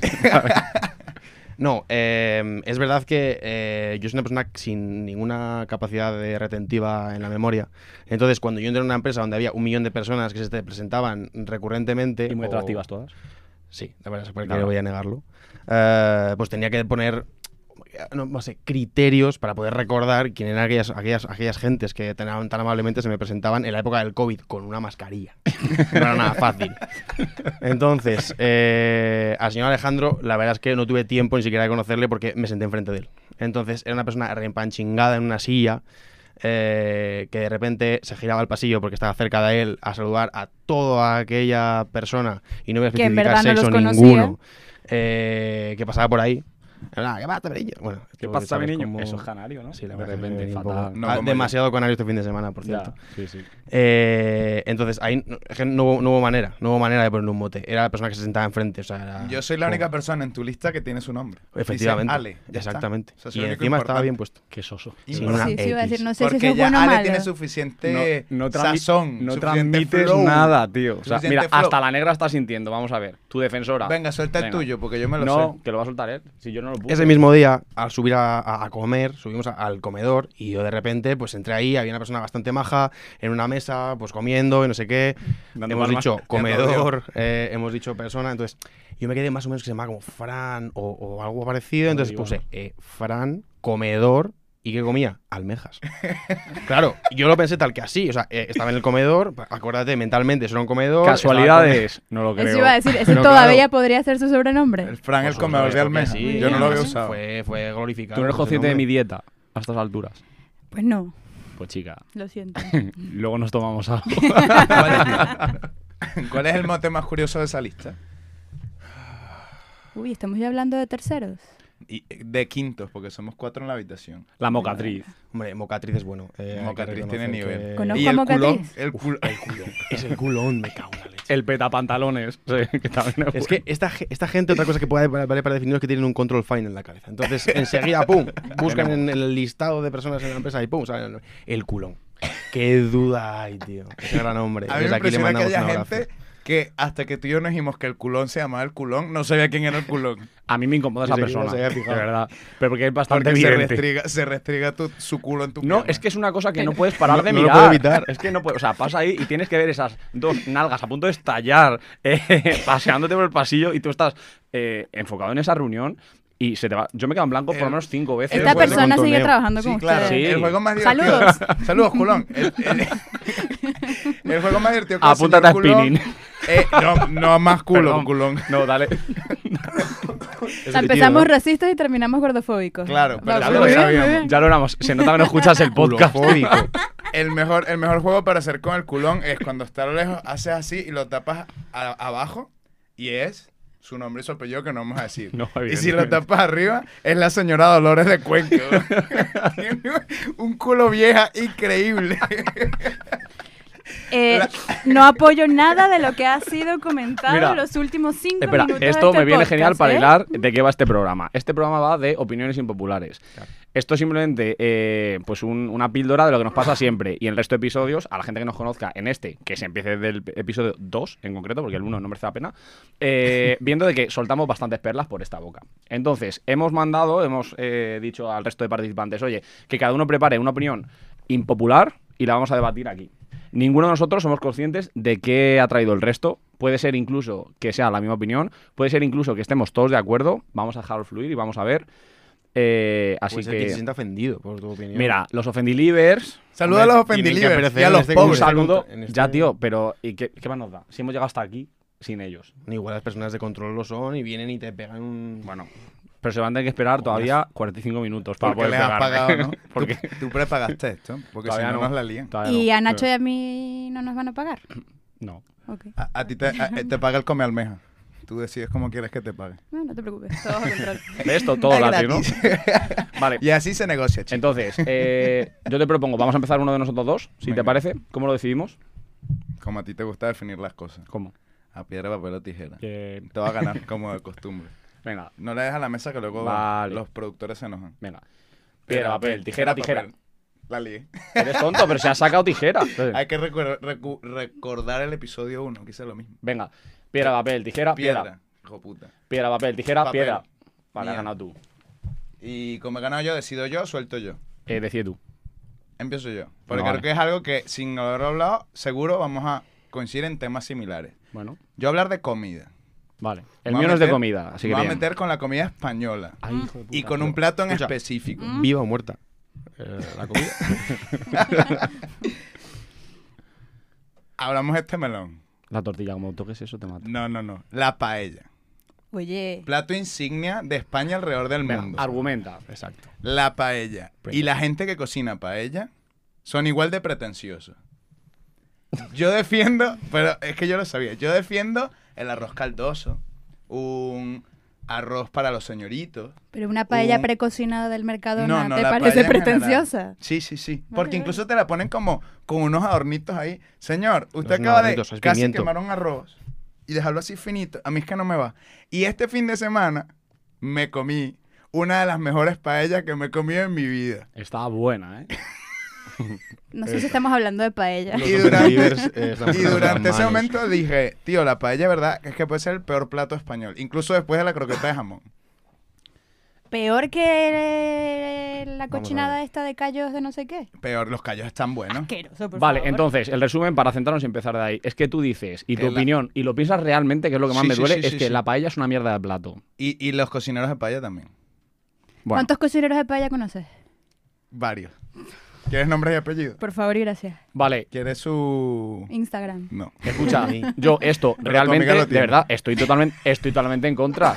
Speaker 5: No, eh, es verdad que eh, yo soy una persona sin ninguna capacidad de retentiva en la memoria. Entonces, cuando yo entré en una empresa donde había un millón de personas que se te presentaban recurrentemente.
Speaker 3: Y muy
Speaker 5: o-
Speaker 3: atractivas todas.
Speaker 5: Sí, la verdad es que
Speaker 3: Claro.
Speaker 5: no voy a negarlo. Eh, pues tenía que poner, no, no sé, criterios para poder recordar quién eran aquellas, aquellas, aquellas gentes que tan, tan amablemente se me presentaban en la época del COVID con una mascarilla. No era nada fácil. Entonces, eh, al señor Alejandro, la verdad es que no tuve tiempo ni siquiera de conocerle porque me senté enfrente de él. Entonces, era una persona reempanchingada en una silla. eh, que de repente se giraba al pasillo porque estaba cerca de él a saludar a toda aquella persona y no voy a
Speaker 4: Que en verdad
Speaker 5: especificar
Speaker 4: no
Speaker 5: sexo
Speaker 4: los conocía.
Speaker 5: ninguno eh, que pasaba por ahí. Nada, ¿Qué pasa, Berillo? Bueno,
Speaker 3: ¿Qué
Speaker 5: tú
Speaker 3: pasa, mi
Speaker 5: sabes
Speaker 3: niño?
Speaker 5: cómo-
Speaker 3: Eso es canario, ¿no?
Speaker 5: Sí, la
Speaker 3: de
Speaker 5: verdad es que
Speaker 3: repente,
Speaker 5: un poco-
Speaker 3: fatal.
Speaker 2: No,
Speaker 5: Ah,
Speaker 2: como yo.
Speaker 5: demasiado canario este fin de semana, por
Speaker 3: Ya,
Speaker 5: cierto.
Speaker 3: sí, sí.
Speaker 5: Eh, entonces, ahí no, es que no hubo, no hubo manera, no hubo manera de ponerle un bote. Era la persona que se sentaba enfrente. O sea, era-
Speaker 2: Yo soy la única
Speaker 5: Bueno,
Speaker 2: persona en tu lista que tiene su nombre.
Speaker 5: Ah, Efectivamente.
Speaker 2: Dice Ale. ya está.
Speaker 5: exactamente.
Speaker 2: Eso es
Speaker 5: Y
Speaker 2: lo
Speaker 5: encima
Speaker 2: único
Speaker 5: estaba
Speaker 2: importante.
Speaker 5: bien puesto.
Speaker 3: Qué soso.
Speaker 5: Sin
Speaker 2: Importante.
Speaker 5: una
Speaker 4: Sí, sí, iba a
Speaker 5: X.
Speaker 4: decir, no sé si
Speaker 2: Porque
Speaker 4: eso es
Speaker 2: ya
Speaker 4: bueno o
Speaker 2: Ale
Speaker 4: malo.
Speaker 2: tiene suficiente
Speaker 3: transmi-
Speaker 2: sazón.
Speaker 3: no
Speaker 2: suficiente
Speaker 3: transmites
Speaker 2: flow.
Speaker 3: nada, tío. O sea,
Speaker 2: Suficiente
Speaker 3: mira,
Speaker 2: flow.
Speaker 3: hasta la negra está sintiendo. Vamos a ver. Tu defensora.
Speaker 2: Venga, suelta el
Speaker 3: Venga.
Speaker 2: tuyo, porque yo me lo
Speaker 3: No, que lo va a soltar él. Si yo no lo puse.
Speaker 5: Ese mismo día, al subir a, a- a comer, subimos a- al comedor y yo de repente, pues entré ahí, había una persona bastante maja en una mesa, pues comiendo y no sé qué.
Speaker 3: Dando
Speaker 5: hemos
Speaker 3: palmas.
Speaker 5: dicho comedor,
Speaker 2: aplaudió.
Speaker 5: eh, hemos dicho persona, entonces yo me quedé más o menos que se llama como Fran o, o algo parecido, entonces
Speaker 3: digo,
Speaker 5: puse eh, Fran, comedor. ¿Y qué comía? Almejas. Claro, yo lo pensé tal que así. O sea, eh, estaba en el comedor, pa- acuérdate, mentalmente, eso era un comedor. estaba comiendo-
Speaker 3: Casualidades. No lo creo.
Speaker 4: Eso iba a decir, ese
Speaker 5: Pero
Speaker 4: todavía
Speaker 5: claro.
Speaker 4: podría ser su sobrenombre.
Speaker 2: El Fran, el
Speaker 5: Pues,
Speaker 2: comedor de
Speaker 5: obviamente,
Speaker 2: almejas.
Speaker 5: sí,
Speaker 2: Yo no lo había
Speaker 5: sí,
Speaker 2: usado.
Speaker 5: Fue, fue glorificado. pues,
Speaker 3: Tú no eres
Speaker 5: ese
Speaker 3: consciente de mi
Speaker 5: nombre.
Speaker 3: dieta a estas alturas.
Speaker 4: Pues no,
Speaker 3: Pues chica,
Speaker 4: lo siento.
Speaker 3: luego nos tomamos algo.
Speaker 2: ¿Cuál es el mote más curioso de esa lista?
Speaker 4: Uy, estamos ya hablando de terceros.
Speaker 2: Y eh, de quintos, porque somos cuatro en la habitación.
Speaker 3: La mocatriz.
Speaker 5: Hombre, Mocatriz es bueno. eh, hay que
Speaker 2: Mocatriz tiene
Speaker 5: reconocer
Speaker 2: nivel.
Speaker 5: que-
Speaker 4: Conozco
Speaker 2: y
Speaker 4: a
Speaker 2: el
Speaker 4: Mocatriz.
Speaker 2: culón, el culo-
Speaker 5: Es el culón, me cago en la leche.
Speaker 3: El petapantalones. sí, que también
Speaker 5: Es que esta, ge- esta gente, otra cosa que puede valer para definir es que tienen un control fine en la cabeza. Entonces, enseguida, pum, buscan en el listado de personas en la empresa y pum, salen el culón. Qué duda hay, tío. Ese gran hombre.
Speaker 2: A mí
Speaker 5: Desde
Speaker 2: me
Speaker 5: aquí le
Speaker 2: impresiona que
Speaker 5: mandamos
Speaker 2: haya
Speaker 5: un abrazo.
Speaker 2: gente que hasta que tú y yo nos dijimos que el culón se llamaba el culón, no sabía quién era el culón.
Speaker 3: A mí me incomoda esa
Speaker 5: Ni siquiera
Speaker 3: persona.
Speaker 5: se
Speaker 3: De
Speaker 5: había fijado.
Speaker 3: verdad. Pero porque es bastante
Speaker 2: Porque se
Speaker 3: evidente.
Speaker 2: restriga, se restriga tu- su culo en tu
Speaker 3: No,
Speaker 2: pierna.
Speaker 3: es que es una cosa que no puedes parar
Speaker 5: No-
Speaker 3: de
Speaker 5: no lo
Speaker 3: mirar.
Speaker 5: puedo evitar.
Speaker 3: Es que no puedes. O sea, pasa ahí y tienes que ver esas dos nalgas a punto de estallar eh, paseándote por el pasillo y tú estás eh, enfocado en esa reunión y se te va. Yo me quedo en blanco por
Speaker 5: Eh,
Speaker 2: El-
Speaker 3: lo menos cinco veces.
Speaker 4: Esta
Speaker 2: el juego de
Speaker 4: persona sigue
Speaker 5: contoneo.
Speaker 4: trabajando con
Speaker 2: Sí, claro.
Speaker 4: ustedes.
Speaker 3: Sí.
Speaker 2: El juego más divertido.
Speaker 4: Saludos.
Speaker 2: Saludos, culón. El, el- el juego más divertido que el
Speaker 3: Apúntate
Speaker 2: señor
Speaker 3: a
Speaker 2: culón-
Speaker 3: spinning.
Speaker 2: Eh, no, no más culo,
Speaker 3: Perdón.
Speaker 2: culón.
Speaker 3: No, dale.
Speaker 4: O sea, empezamos racistas y terminamos gordofóbicos.
Speaker 2: Claro, pero
Speaker 4: Va,
Speaker 3: ya,
Speaker 2: muy
Speaker 3: lo
Speaker 2: bien, muy
Speaker 3: sabíamos. ya lo éramos. Se nota que no escuchas el podcast.
Speaker 5: Culofóbico.
Speaker 2: El mejor, el mejor juego para hacer con el culón es cuando está a lo lejos, haces así y lo tapas a- abajo y es su nombre y su apellido que no vamos a decir.
Speaker 3: No,
Speaker 2: y si lo
Speaker 3: evidentemente.
Speaker 2: tapas arriba, es la señora Dolores de Cuenca. Tiene un culo vieja increíble.
Speaker 4: Eh, No apoyo nada de lo que ha sido comentado
Speaker 3: Mira,
Speaker 4: en los últimos cinco
Speaker 3: Espera,
Speaker 4: minutos. de
Speaker 3: esto
Speaker 4: este
Speaker 3: me viene
Speaker 4: podcast,
Speaker 3: genial para
Speaker 4: ¿eh?
Speaker 3: hilar de qué va este programa. Este programa va de opiniones impopulares. Esto es simplemente eh, pues un- una píldora de lo que nos pasa siempre. Y en el resto de episodios, a la gente que nos conozca en este, que se empiece del episodio 2 en concreto, porque el 1 no merece la pena, eh, viendo de que soltamos bastantes perlas por esta boca. Entonces, hemos mandado, hemos eh, dicho al resto de participantes, oye, que cada uno prepare una opinión impopular y la vamos a debatir aquí. Ninguno de nosotros somos conscientes de qué ha traído el resto. Puede ser incluso que sea la misma opinión, puede ser incluso que estemos todos de acuerdo. Vamos a dejarlo fluir y vamos a ver. Eh, así
Speaker 5: Puede ser
Speaker 3: que,
Speaker 5: que se sienta ofendido por tu opinión.
Speaker 3: mira, los ofendilivers.
Speaker 2: Saluda a los ofendilivers y a los
Speaker 3: Un
Speaker 5: Pobre.
Speaker 2: pobres.
Speaker 3: saludo.
Speaker 5: En este-
Speaker 3: Ya, tío, pero ¿y qué, qué más nos da? Si hemos llegado hasta aquí sin ellos.
Speaker 5: Igual las personas de control lo son y vienen y te pegan un.
Speaker 3: Bueno, pero se van a tener que esperar todavía 45 minutos para
Speaker 2: Porque
Speaker 3: poder
Speaker 2: les has
Speaker 3: pegarme.
Speaker 2: pagado, ¿no?
Speaker 3: Porque
Speaker 2: Tú, tú prepagaste esto, porque si
Speaker 3: todavía
Speaker 2: no,
Speaker 3: no.
Speaker 2: nos la lían.
Speaker 3: todavía
Speaker 4: ¿eh? Y
Speaker 3: no.
Speaker 4: a Nacho y a mí no nos van a pagar.
Speaker 3: No.
Speaker 4: Ok.
Speaker 2: A, a ti te, a- eh, te paga el come almeja. Tú decides cómo quieres que te pague.
Speaker 4: No, no te preocupes, todo bajo control.
Speaker 3: ¿Ves? To- Todo
Speaker 2: Es
Speaker 3: latino.
Speaker 2: gratis.
Speaker 3: Vale.
Speaker 2: Y así se negocia, chicos.
Speaker 3: Entonces, eh, yo te propongo, vamos a empezar uno de nosotros dos, si te
Speaker 2: Venga.
Speaker 3: parece. ¿Cómo lo decidimos?
Speaker 2: Como a ti te gusta definir las cosas.
Speaker 3: ¿Cómo?
Speaker 2: A piedra, papel o tijera. Te va a ganar como de costumbre.
Speaker 3: Venga,
Speaker 2: No le dejas a la mesa que luego
Speaker 3: Vale.
Speaker 2: los productores se enojan.
Speaker 3: venga. Piedra, papel, tijera, tijera.
Speaker 2: papel. La lié.
Speaker 3: Eres tonto, pero se ha sacado tijera. Entonces,
Speaker 2: Hay que recuer- recu- recordar el episodio 1, que hice lo mismo.
Speaker 3: Venga, piedra, papel, tijera, piedra.
Speaker 2: Piedra. Hijo puta.
Speaker 3: Piedra, papel, tijera,
Speaker 2: Papel.
Speaker 3: piedra. Vale, has
Speaker 2: Mía.
Speaker 3: ganado tú.
Speaker 2: Y como he ganado yo, decido yo, suelto yo.
Speaker 3: Eh, decide tú.
Speaker 2: Empiezo yo. Porque
Speaker 3: Vale.
Speaker 2: creo que es algo que, sin haberlo hablado, seguro vamos a coincidir en temas similares.
Speaker 3: Bueno,
Speaker 2: Yo hablar de comida.
Speaker 3: vale. El
Speaker 2: Me voy
Speaker 3: mío
Speaker 2: a
Speaker 3: no es de
Speaker 2: meter-
Speaker 3: comida, así
Speaker 2: me
Speaker 3: que
Speaker 2: voy
Speaker 3: bien.
Speaker 2: a meter con la comida española.
Speaker 3: Ay, hijo de
Speaker 2: Y
Speaker 3: puta.
Speaker 2: con un plato en
Speaker 5: Escucha.
Speaker 2: específico.
Speaker 5: Viva o muerta. Eh, la comida.
Speaker 2: Hablamos este melón.
Speaker 3: La tortilla, como toques eso, te mato.
Speaker 2: No, no, no. La paella.
Speaker 4: Oye,
Speaker 2: Plato insignia de España alrededor del
Speaker 3: Venga,
Speaker 2: mundo.
Speaker 3: argumenta. Exacto.
Speaker 2: La paella.
Speaker 5: Venga.
Speaker 2: Y la gente que cocina paella son igual de pretenciosos. Yo defiendo, pero es que yo lo sabía, yo defiendo el arroz caldoso, un arroz para los señoritos.
Speaker 4: Pero una paella
Speaker 2: Un-
Speaker 4: precocinada del mercado
Speaker 2: No,
Speaker 4: ¿te
Speaker 2: no, la
Speaker 4: parece
Speaker 2: paella en general.
Speaker 4: pretenciosa?
Speaker 2: Sí, sí, sí.
Speaker 4: Vale,
Speaker 2: Porque
Speaker 4: vale.
Speaker 2: incluso te la ponen como con unos adornitos ahí. Señor, usted
Speaker 5: son
Speaker 2: acaba de
Speaker 5: adornitos, es
Speaker 2: casi
Speaker 5: pimiento.
Speaker 2: quemar un arroz y dejarlo así finito. A mí es que no me va. Y este fin de semana me comí una de las mejores paellas que me he comido en mi vida.
Speaker 3: Estaba buena, ¿eh?
Speaker 4: No sé si estamos hablando de paella.
Speaker 5: Los
Speaker 2: Y durante,
Speaker 5: supervivientes, eh, están
Speaker 2: y
Speaker 5: pasando
Speaker 2: durante
Speaker 5: las
Speaker 2: ese
Speaker 5: manos.
Speaker 2: momento dije, tío, la paella, ¿verdad? Es que puede ser el peor plato español. Incluso después de la croqueta de jamón.
Speaker 4: Peor que eh, la
Speaker 5: Vamos a
Speaker 4: cochinada
Speaker 5: ver.
Speaker 4: esta de callos de no sé qué.
Speaker 2: Peor, los callos están buenos.
Speaker 4: Asqueroso, por
Speaker 3: Vale,
Speaker 4: favor.
Speaker 3: entonces, el resumen para centrarnos y empezar de ahí. Es que tú dices, y tu
Speaker 2: Que la-
Speaker 3: opinión, y lo piensas realmente, que es lo que más
Speaker 2: Sí,
Speaker 3: me
Speaker 2: sí,
Speaker 3: duele,
Speaker 2: sí,
Speaker 3: es
Speaker 2: sí,
Speaker 3: que
Speaker 2: sí.
Speaker 3: la paella es una mierda de plato.
Speaker 2: Y, y los cocineros de paella también.
Speaker 3: Bueno,
Speaker 4: ¿Cuántos cocineros de paella conoces?
Speaker 2: Varios. ¿Quieres nombres y apellidos?
Speaker 4: Por favor y gracias.
Speaker 3: vale,
Speaker 2: ¿Quieres su...?
Speaker 4: Instagram.
Speaker 2: No.
Speaker 3: escucha,
Speaker 5: Sí.
Speaker 3: yo esto
Speaker 2: tu amiga
Speaker 3: realmente,
Speaker 2: lo
Speaker 3: de
Speaker 2: tiene.
Speaker 3: verdad, estoy totalmente, estoy totalmente en contra.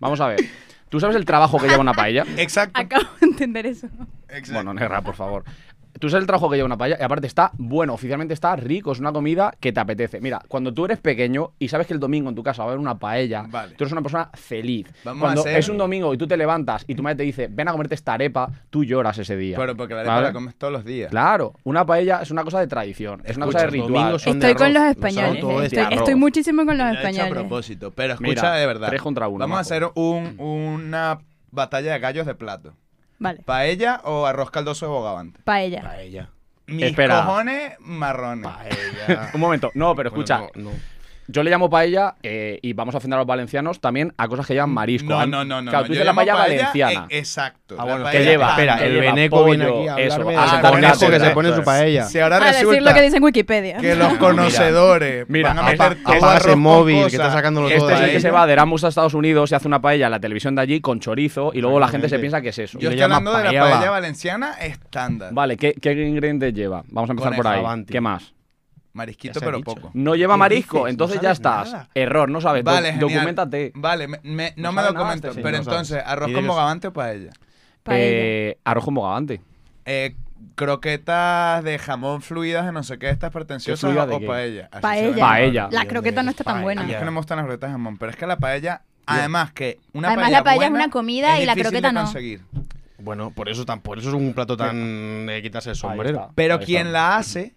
Speaker 3: Vamos a ver, ¿tú sabes el trabajo que lleva una paella?
Speaker 2: Exacto.
Speaker 4: Acabo de entender eso.
Speaker 2: Exacto.
Speaker 3: Bueno, negra, por favor. Tú sabes el trabajo que lleva una paella y aparte está bueno, oficialmente está rico, es una comida que te apetece. Mira, cuando tú eres pequeño y sabes que el domingo en tu casa va a haber una paella,
Speaker 2: Vale.
Speaker 3: tú eres una persona feliz.
Speaker 2: Vamos
Speaker 3: cuando
Speaker 2: a hacer-
Speaker 3: es un domingo y tú te levantas y tu madre te dice, ven a comerte esta arepa, tú lloras ese día.
Speaker 2: Pero porque la arepa
Speaker 3: ¿Vale?
Speaker 2: la comes todos los días.
Speaker 3: Claro, una paella es una cosa de tradición, es una cosa de
Speaker 5: Escucha, los
Speaker 3: ritual.
Speaker 5: domingos son de
Speaker 4: Estoy con los
Speaker 5: arroz, no son
Speaker 4: españoles.
Speaker 5: todo
Speaker 4: eh.
Speaker 5: de
Speaker 4: Estoy,
Speaker 5: arroz.
Speaker 4: estoy muchísimo con los
Speaker 2: La he hecho a
Speaker 4: españoles.
Speaker 2: propósito, pero escucha
Speaker 3: Mira,
Speaker 2: de verdad.
Speaker 3: tres contra uno,
Speaker 2: Vamos
Speaker 3: majo.
Speaker 2: a hacer un- una batalla de gallos de plato.
Speaker 4: Vale.
Speaker 2: ¿Paella o arroz caldoso de bogavante?
Speaker 4: Paella.
Speaker 5: Paella.
Speaker 2: Mis
Speaker 3: Espera.
Speaker 2: cojones marrones.
Speaker 5: Paella.
Speaker 3: Un momento, no, pero
Speaker 5: Bueno,
Speaker 3: escucha,
Speaker 5: no, no.
Speaker 3: yo le llamo paella eh, y vamos a ofender a los valencianos también a cosas que llevan marisco.
Speaker 2: No,
Speaker 3: Ah,
Speaker 2: no, no, no.
Speaker 3: Claro,
Speaker 2: no.
Speaker 3: tú
Speaker 2: Yo
Speaker 3: dices la
Speaker 2: llamo
Speaker 3: paella, valenciana.
Speaker 2: e- exacto.
Speaker 3: Ah,
Speaker 2: La
Speaker 3: bueno,
Speaker 2: paella
Speaker 3: que lleva,
Speaker 2: pan.
Speaker 3: espera,
Speaker 5: el
Speaker 3: el
Speaker 5: veneco viene
Speaker 3: pollo,
Speaker 5: aquí a
Speaker 3: eso,
Speaker 5: hablarme
Speaker 3: a
Speaker 5: del
Speaker 2: sentar
Speaker 5: conejo
Speaker 2: mesa,
Speaker 5: que se
Speaker 2: exacto,
Speaker 5: pone en su
Speaker 2: es.
Speaker 5: paella.
Speaker 2: Si ahora
Speaker 4: A decir
Speaker 2: resulta
Speaker 4: lo que dice en Wikipedia.
Speaker 2: que los conocedores
Speaker 3: Mira,
Speaker 2: van a
Speaker 3: apa-
Speaker 2: meter todo
Speaker 5: apaga ese
Speaker 2: arroz con
Speaker 5: móvil, que
Speaker 2: cosas,
Speaker 5: está sacándolo todo
Speaker 3: Este es el
Speaker 5: Paella.
Speaker 3: que se va de Erasmus a Estados Unidos y hace una paella en la televisión de allí con chorizo y luego la gente se
Speaker 5: Exactamente.
Speaker 3: piensa que es eso.
Speaker 2: Yo
Speaker 5: le
Speaker 2: estoy
Speaker 5: llama
Speaker 2: hablando de la
Speaker 5: paella.
Speaker 2: paella valenciana estándar.
Speaker 3: Vale, ¿qué, qué ingredientes lleva? Vamos a empezar
Speaker 2: Conejo
Speaker 3: por ahí.
Speaker 5: avanti.
Speaker 3: ¿Qué más?
Speaker 2: Marisquito,
Speaker 5: Ya se ha
Speaker 2: pero
Speaker 5: dicho.
Speaker 2: poco.
Speaker 3: No lleva
Speaker 5: ¿Qué
Speaker 3: marisco,
Speaker 5: dices? No
Speaker 3: entonces ya
Speaker 5: sabes
Speaker 3: estás.
Speaker 5: nada.
Speaker 3: Error, no sabes. Do-
Speaker 2: Vale, genial.
Speaker 3: documentate. eh,
Speaker 2: Vale, me- me- no,
Speaker 3: No
Speaker 2: me
Speaker 3: sabe nada
Speaker 2: documento.
Speaker 3: este señor.
Speaker 2: pero
Speaker 5: No sabes.
Speaker 2: entonces, arroz
Speaker 5: Y
Speaker 2: con
Speaker 5: dices-
Speaker 2: bogavante o paella.
Speaker 4: Paella.
Speaker 3: Eh, arroz con bogavante.
Speaker 2: Eh, croquetas de jamón fluidas de no sé qué, estas pretenciosas
Speaker 3: fluida de
Speaker 2: o
Speaker 3: qué?
Speaker 2: paella. Así se
Speaker 4: Paella.
Speaker 2: ven.
Speaker 3: Paella.
Speaker 4: La croqueta no está tan buena.
Speaker 2: Es que no me gustan las croquetas de jamón, pero es que la paella, además que una
Speaker 4: Además,
Speaker 2: paella
Speaker 4: la paella es
Speaker 2: buena
Speaker 4: una comida
Speaker 2: es
Speaker 4: y la
Speaker 2: difícil
Speaker 4: croqueta
Speaker 2: de
Speaker 4: no.
Speaker 2: conseguir.
Speaker 5: Bueno, por eso, tan, por eso es un plato tan de quitarse el
Speaker 3: Ahí
Speaker 5: sombrero.
Speaker 3: está,
Speaker 2: Pero
Speaker 3: ahí
Speaker 2: quien
Speaker 3: está.
Speaker 2: la hace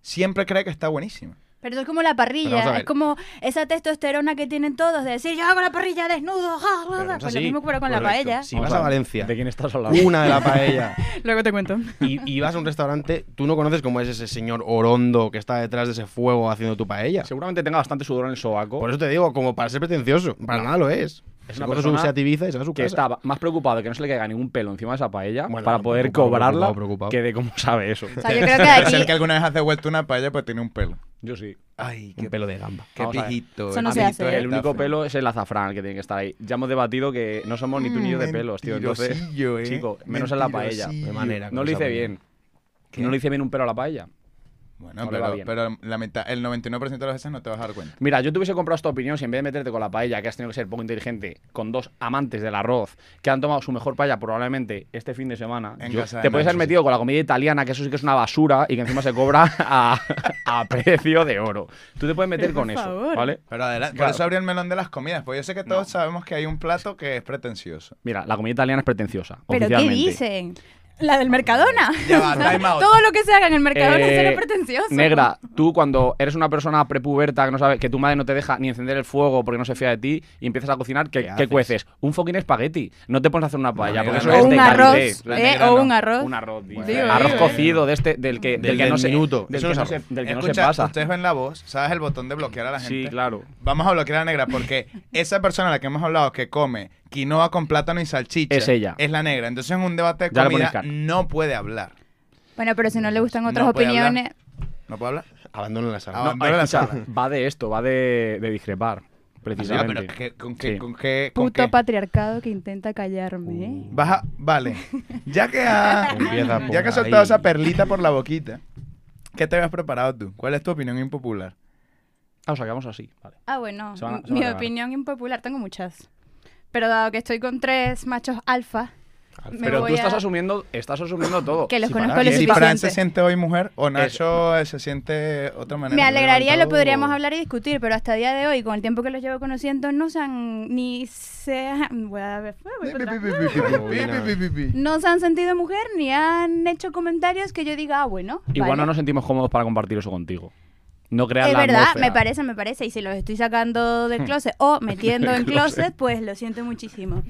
Speaker 2: siempre cree que está buenísima.
Speaker 4: Pero eso es como la
Speaker 5: Pero vamos a
Speaker 4: parrilla,
Speaker 5: ver.
Speaker 4: es como esa testosterona que tienen todos de decir yo hago la parrilla desnudo, ja, ja, ja".
Speaker 5: Pero no es
Speaker 4: pues lo
Speaker 5: así.
Speaker 4: mismo ocurre con la
Speaker 5: Correcto.
Speaker 4: paella.
Speaker 5: Si
Speaker 3: Vamos
Speaker 5: vas
Speaker 3: a
Speaker 5: a
Speaker 3: ver.
Speaker 5: Valencia,
Speaker 3: ¿De quién estás hablando?
Speaker 5: una de la paella,
Speaker 4: Luego te cuento.
Speaker 5: y, y vas a un restaurante, tú no conoces cómo es ese señor orondo que está detrás de ese fuego haciendo tu paella.
Speaker 3: Seguramente tenga bastante sudor en el sobaco.
Speaker 5: Por eso te digo, como para ser pretencioso, para nada lo es.
Speaker 3: Es
Speaker 5: Si
Speaker 3: una
Speaker 5: coges
Speaker 3: persona
Speaker 5: un Seat Ibiza y se va a su
Speaker 3: que
Speaker 5: casa.
Speaker 3: estaba más preocupado de que no se le caiga ningún pelo encima de esa paella
Speaker 5: Bueno,
Speaker 3: para
Speaker 5: no,
Speaker 3: poder
Speaker 5: preocupado,
Speaker 3: cobrarla
Speaker 5: preocupado, preocupado.
Speaker 3: que de cómo sabe eso.
Speaker 4: O sea, yo creo que
Speaker 2: Debe ser
Speaker 4: aquí
Speaker 2: que alguna vez has devuelto una paella pues tiene un pelo.
Speaker 3: Yo sí.
Speaker 2: Ay,
Speaker 5: Un pelo de gamba.
Speaker 2: Qué
Speaker 3: Vamos a ver.
Speaker 2: pijito.
Speaker 4: Eso no
Speaker 2: eh,
Speaker 4: se
Speaker 2: pijito
Speaker 4: hace,
Speaker 2: de
Speaker 4: ¿eh?
Speaker 3: El único
Speaker 2: Getafe.
Speaker 3: pelo es el azafrán que tiene que estar ahí. Ya hemos debatido que no somos ni tú ni yo de pelos, tío. Entonces,
Speaker 2: Mm, Mentirosillo, eh.
Speaker 3: chico, menos en la paella.
Speaker 2: Mentirosillo.
Speaker 5: De manera.
Speaker 3: no lo hice bien.
Speaker 2: ¿Qué?
Speaker 3: No le hice bien un pelo a la paella.
Speaker 2: Bueno,
Speaker 3: No le va
Speaker 2: pero,
Speaker 3: bien.
Speaker 2: pero la mitad, el 99% de las veces no te vas a dar cuenta.
Speaker 3: Mira, yo te hubiese comprado esta opinión si en vez de meterte con la paella, que has tenido que ser poco inteligente, con dos amantes del arroz, que han tomado su mejor paella probablemente este fin de semana,
Speaker 2: En
Speaker 3: yo-
Speaker 2: casa de
Speaker 3: te puedes haber
Speaker 2: Nacho,
Speaker 3: metido con la comida italiana, que eso sí que es una basura y que encima se cobra a, a precio de oro. Tú te puedes meter
Speaker 4: Pero por
Speaker 3: con eso,
Speaker 4: favor.
Speaker 3: ¿vale?
Speaker 2: Pero adelante,
Speaker 3: Claro.
Speaker 2: por eso abrí el melón de las comidas, porque yo sé que todos sabemos que hay un plato que es pretencioso.
Speaker 3: Mira, la comida italiana es pretenciosa.
Speaker 4: ¿Pero qué
Speaker 3: oficialmente.
Speaker 4: dicen? La del Mercadona.
Speaker 2: Ya va, time out.
Speaker 4: Todo lo que se haga en el Mercadona
Speaker 3: Eh,
Speaker 4: será pretencioso.
Speaker 3: Negra, tú cuando eres una persona prepuberta que no sabe, que tu madre no te deja ni encender el fuego porque no se fía de ti y empiezas a cocinar, ¿qué,
Speaker 5: ¿Qué
Speaker 3: qué
Speaker 5: haces?
Speaker 3: cueces? Un fucking espagueti. No te pones a hacer una paella porque
Speaker 2: negra,
Speaker 3: eso
Speaker 2: no.
Speaker 3: es
Speaker 4: O
Speaker 3: de
Speaker 4: un
Speaker 3: calidez.
Speaker 4: arroz,
Speaker 2: la
Speaker 4: ¿eh?
Speaker 2: negra
Speaker 4: O
Speaker 2: no.
Speaker 4: un arroz.
Speaker 3: Un arroz, tío.
Speaker 4: Digo,
Speaker 3: Arroz
Speaker 4: digo, eh.
Speaker 3: cocido de este, del que, del,
Speaker 5: Del
Speaker 3: que no se,
Speaker 5: minuto.
Speaker 3: del
Speaker 5: Eso
Speaker 3: que
Speaker 5: no
Speaker 3: no
Speaker 5: es
Speaker 3: se-
Speaker 5: arroz.
Speaker 3: del que no se
Speaker 2: Escucha,
Speaker 3: pasa.
Speaker 2: ustedes ven la voz, ¿sabes el botón de bloquear a la gente?
Speaker 3: Sí, claro.
Speaker 2: Vamos a bloquear a la negra porque esa persona a la que hemos hablado que come quinoa con plátano y salchicha
Speaker 3: Es ella.
Speaker 2: Es la negra. Entonces en un debate de
Speaker 3: Ya le pones
Speaker 2: comida
Speaker 3: cara.
Speaker 2: no puede hablar.
Speaker 4: Bueno, pero si no le gustan otras
Speaker 2: No puede hablar.
Speaker 4: opiniones,
Speaker 2: ¿No puede hablar?
Speaker 5: Abandono la sala.
Speaker 2: Ah,
Speaker 3: No,
Speaker 2: abandona la
Speaker 3: escucha,
Speaker 2: sala.
Speaker 3: va de esto, va de, de discrepar,
Speaker 2: Sí,
Speaker 3: precisamente.
Speaker 2: Ah, pero ¿qué- ¿con qué?
Speaker 3: Sí.
Speaker 2: ¿Con qué? con
Speaker 4: puto
Speaker 2: qué? Uh.
Speaker 4: patriarcado que intenta callarme. ¿eh?
Speaker 2: Baja, vale. Ya que ha,
Speaker 5: Empieza
Speaker 2: ya
Speaker 5: por
Speaker 2: que has soltado
Speaker 5: ahí.
Speaker 2: esa perlita por la boquita, ¿qué te habías preparado tú? ¿Cuál es tu opinión impopular?
Speaker 3: Ah, o sea, que vamos así. Vale.
Speaker 4: Ah, bueno,
Speaker 3: Se van a-
Speaker 4: m-
Speaker 3: se van a
Speaker 4: mi
Speaker 3: acabar.
Speaker 4: opinión impopular, tengo muchas. Pero dado que estoy con tres machos alfa me
Speaker 3: Pero
Speaker 4: voy
Speaker 3: tú estás
Speaker 4: a-
Speaker 3: asumiendo, estás asumiendo todo.
Speaker 4: Que los
Speaker 3: Sin
Speaker 4: conozco
Speaker 3: parar.
Speaker 4: lo
Speaker 2: Ah, si
Speaker 4: suficiente.
Speaker 2: Fran se siente hoy mujer o Nacho eh, se siente otra manera.
Speaker 4: Me alegraría, lo
Speaker 2: levantado-
Speaker 4: podríamos hablar y discutir, pero hasta día de hoy, con el tiempo que los llevo conociendo, no se han ni se han, voy a ver, voy
Speaker 2: Pi, pi,
Speaker 4: para
Speaker 2: pi,
Speaker 4: atrás.
Speaker 2: pi, pi, pi, pi, pi, pi, pi.
Speaker 4: no se han sentido mujer ni han hecho comentarios que yo diga, ah, bueno.
Speaker 3: Igual
Speaker 4: vale.
Speaker 3: no nos sentimos cómodos para compartir eso contigo. No creas
Speaker 4: Es
Speaker 3: la
Speaker 4: verdad,
Speaker 3: atmósfera.
Speaker 4: me parece, me parece. Y si los estoy sacando del closet o metiendo en closet, pues lo siento muchísimo.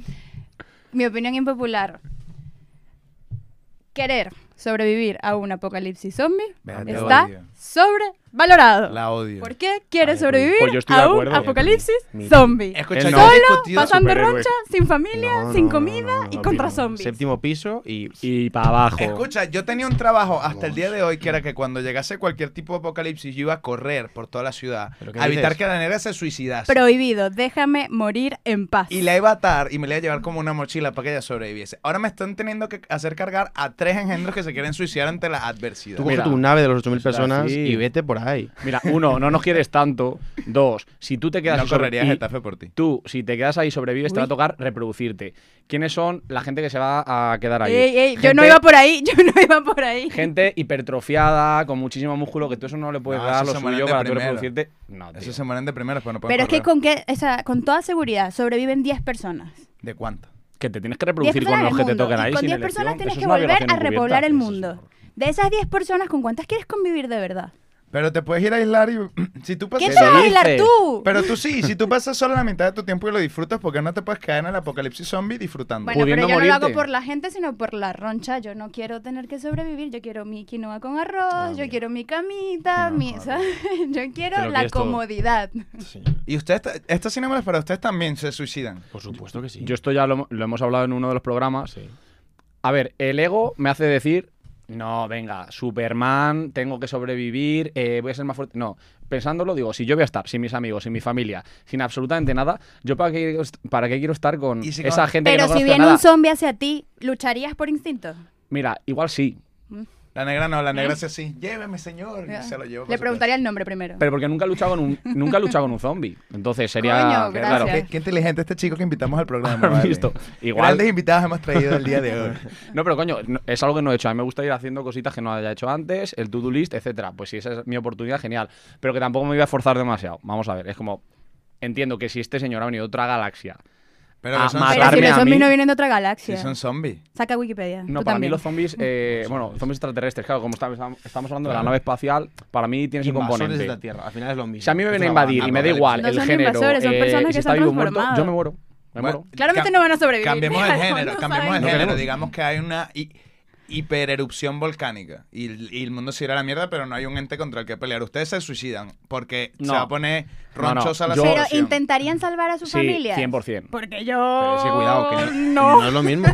Speaker 4: Mi opinión impopular. Querer sobrevivir a un apocalipsis zombie
Speaker 2: Vea, te
Speaker 4: está
Speaker 2: odio.
Speaker 4: sobrevalorado.
Speaker 2: La odio.
Speaker 4: ¿Por qué quieres
Speaker 5: Vale, pues-
Speaker 4: sobrevivir
Speaker 3: pues yo estoy de
Speaker 4: a un
Speaker 3: acuerdo.
Speaker 4: apocalipsis
Speaker 5: Mi-
Speaker 4: zombie?
Speaker 2: Escucha,
Speaker 3: Él
Speaker 2: yo
Speaker 3: no.
Speaker 2: he
Speaker 4: Solo
Speaker 2: discutido-
Speaker 4: pasando
Speaker 3: superhéroe.
Speaker 4: roncha, sin familia,
Speaker 5: No,
Speaker 4: sin
Speaker 5: no,
Speaker 4: comida
Speaker 5: no, no,
Speaker 4: y
Speaker 5: no,
Speaker 4: contra
Speaker 5: no.
Speaker 4: zombies.
Speaker 5: Séptimo piso y.
Speaker 3: Y para abajo.
Speaker 2: Escucha, yo tenía un trabajo hasta el día de hoy que era que cuando llegase cualquier tipo de apocalipsis yo iba a correr por toda la ciudad,
Speaker 5: ¿Pero qué
Speaker 2: a evitar
Speaker 5: dices?
Speaker 2: que la negra se suicidase.
Speaker 4: Prohibido, déjame morir en paz.
Speaker 2: y la iba a atar y me la iba a llevar como una mochila para que ella sobreviviese. Ahora me están teniendo que hacer cargar a tres engendros que se quieren suicidar ante la adversidad.
Speaker 5: Tú coge
Speaker 3: Mira.
Speaker 5: tu nave de los 8.000
Speaker 3: Está
Speaker 5: personas
Speaker 3: así.
Speaker 5: y vete por ahí.
Speaker 3: Mira, uno, no nos quieres tanto. Dos, si tú te quedas
Speaker 2: no
Speaker 3: y sobre-
Speaker 2: correrías
Speaker 3: y
Speaker 2: Getafe por ti.
Speaker 3: Tú, si te quedas ahí y sobrevives, te va a tocar reproducirte. ¿Quiénes son la gente que se va a quedar ahí?
Speaker 4: Ey, ey, yo
Speaker 3: Gente-
Speaker 4: no iba por ahí, yo no iba por ahí.
Speaker 3: Gente hipertrofiada, con muchísimo músculo, que tú eso no le puedes
Speaker 2: No,
Speaker 3: dar
Speaker 2: eso
Speaker 3: lo
Speaker 2: se mueren
Speaker 3: suyo
Speaker 2: de
Speaker 3: para tú
Speaker 2: primero.
Speaker 3: reproducirte. No, tío.
Speaker 2: Eso se mueren de primeros, pero no pueden
Speaker 4: Pero es que
Speaker 2: correr.
Speaker 4: con, qué, o sea, con toda seguridad sobreviven 10 personas.
Speaker 2: ¿De cuánto?
Speaker 3: Que te tienes que
Speaker 4: 10
Speaker 3: reproducir
Speaker 4: personas
Speaker 3: con
Speaker 4: en
Speaker 3: los que
Speaker 4: el
Speaker 3: te
Speaker 4: mundo.
Speaker 3: tocan
Speaker 4: Y
Speaker 3: ahí.
Speaker 4: con
Speaker 3: sin
Speaker 4: 10 personas
Speaker 3: elección.
Speaker 4: tienes
Speaker 3: Eso
Speaker 4: que
Speaker 3: es una
Speaker 4: volver
Speaker 3: violación
Speaker 4: a
Speaker 3: encubierta.
Speaker 4: repoblar el
Speaker 3: Eso es
Speaker 4: mundo.
Speaker 3: horror.
Speaker 4: De esas 10 personas, ¿con cuántas quieres convivir de verdad?
Speaker 2: Pero te puedes ir a aislar y... si tú
Speaker 3: Pues
Speaker 2: pasas...
Speaker 4: ¿Qué te vas a
Speaker 3: dice.
Speaker 4: bailar tú?
Speaker 2: Pero tú sí, si tú pasas solo la mitad de tu tiempo y lo disfrutas, ¿por qué no te puedes quedar en el apocalipsis zombie disfrutando?
Speaker 4: bueno, pero
Speaker 3: pudiendo
Speaker 4: yo no lo hago
Speaker 3: morirte.
Speaker 4: por la gente, sino por la roncha. Yo no quiero tener que sobrevivir. Yo quiero mi quinoa con arroz,
Speaker 3: Ah,
Speaker 4: yo quiero mi camita, mi, ¿sabes? yo
Speaker 5: Te
Speaker 4: quiero
Speaker 5: lo
Speaker 4: la
Speaker 5: quieres todo.
Speaker 4: comodidad.
Speaker 2: Y ustedes, ta- estos cinémalas para ustedes también se suicidan.
Speaker 5: Por supuesto que sí.
Speaker 3: Yo esto ya lo, lo hemos hablado en uno de los programas. A ver, el ego me hace decir, no, venga, Superman, tengo que sobrevivir, eh, voy a ser más fuerte. No, pensándolo digo, si yo voy a estar sin mis amigos, sin mi familia, sin absolutamente nada, ¿yo para qué, quiero est- para qué quiero estar con
Speaker 2: Y si
Speaker 3: esa
Speaker 2: con-
Speaker 3: gente que
Speaker 4: Pero
Speaker 3: no
Speaker 4: si
Speaker 3: conozco
Speaker 4: viene
Speaker 3: nada?
Speaker 4: un zombie hacia ti, ¿lucharías por instinto?
Speaker 3: Mira, igual sí,
Speaker 2: La negra no, la negra hace así, lléveme señor, y se lo llevo.
Speaker 4: Mm. Le preguntaría el nombre primero.
Speaker 3: pero porque nunca he luchado con un, nunca he luchado con un zombie. Entonces sería...
Speaker 4: Coño,
Speaker 3: que,
Speaker 4: gracias.
Speaker 2: Qué, qué inteligente este chico que invitamos al programa.
Speaker 3: Has
Speaker 2: vale.
Speaker 3: visto. Igual-
Speaker 2: Grandes invitados hemos traído el día de hoy.
Speaker 3: No, pero coño, no- es algo que no he hecho. A mí me gusta ir haciendo cositas que no haya hecho antes, el to-do list, etcétera. Pues si esa es mi oportunidad, genial. Pero que tampoco me voy a forzar demasiado. Vamos a ver, es como. Entiendo que si este señor ha venido de otra galaxia.
Speaker 2: Pero
Speaker 3: A
Speaker 2: no son
Speaker 4: Pero
Speaker 3: matarme
Speaker 4: si los
Speaker 3: a
Speaker 4: zombies
Speaker 3: mí.
Speaker 4: no vienen de otra
Speaker 2: zombies,
Speaker 4: galaxia.
Speaker 2: sí son zombies.
Speaker 4: Saca Wikipedia.
Speaker 3: No,
Speaker 4: tú
Speaker 3: para mí
Speaker 4: también.
Speaker 3: los zombies. eh, bueno, zombies extraterrestres, claro, como está- estamos hablando de la nave espacial, para mí tiene ese
Speaker 5: Invasores de la
Speaker 3: componente.
Speaker 5: Tierra. Al final es lo mismo.
Speaker 3: Si a mí me
Speaker 5: Es
Speaker 3: vienen a
Speaker 5: una
Speaker 3: invadir
Speaker 5: banda,
Speaker 3: y me da
Speaker 5: ¿vale?
Speaker 3: igual
Speaker 4: No
Speaker 3: el
Speaker 4: son
Speaker 3: género.
Speaker 4: invasores, son
Speaker 3: eh,
Speaker 4: personas que
Speaker 3: si
Speaker 4: se han
Speaker 3: está vivo o muerto,
Speaker 4: transformado.
Speaker 3: yo me muero. Me muero.
Speaker 2: Bueno,
Speaker 4: Claramente
Speaker 2: cam-
Speaker 4: no van a sobrevivir.
Speaker 2: Cambiemos el
Speaker 4: Mira,
Speaker 2: género,
Speaker 4: no
Speaker 2: cambiemos
Speaker 4: saben.
Speaker 2: el
Speaker 3: No
Speaker 2: género.
Speaker 3: queremos.
Speaker 2: Digamos que hay una hi- hipererupción volcánica y, el- y el mundo se irá a la mierda, pero no hay un ente contra el que pelear. Ustedes se suicidan porque se
Speaker 3: No.
Speaker 2: va a poner
Speaker 3: No, no,
Speaker 2: ronchosa la
Speaker 3: yo-
Speaker 4: Pero
Speaker 2: situación.
Speaker 4: intentarían salvar a su
Speaker 3: Sí,
Speaker 4: familia.
Speaker 3: 100%.
Speaker 4: Porque
Speaker 5: Pero
Speaker 4: yo.
Speaker 5: ese cuidado, que
Speaker 4: no.
Speaker 5: no, no es lo mismo.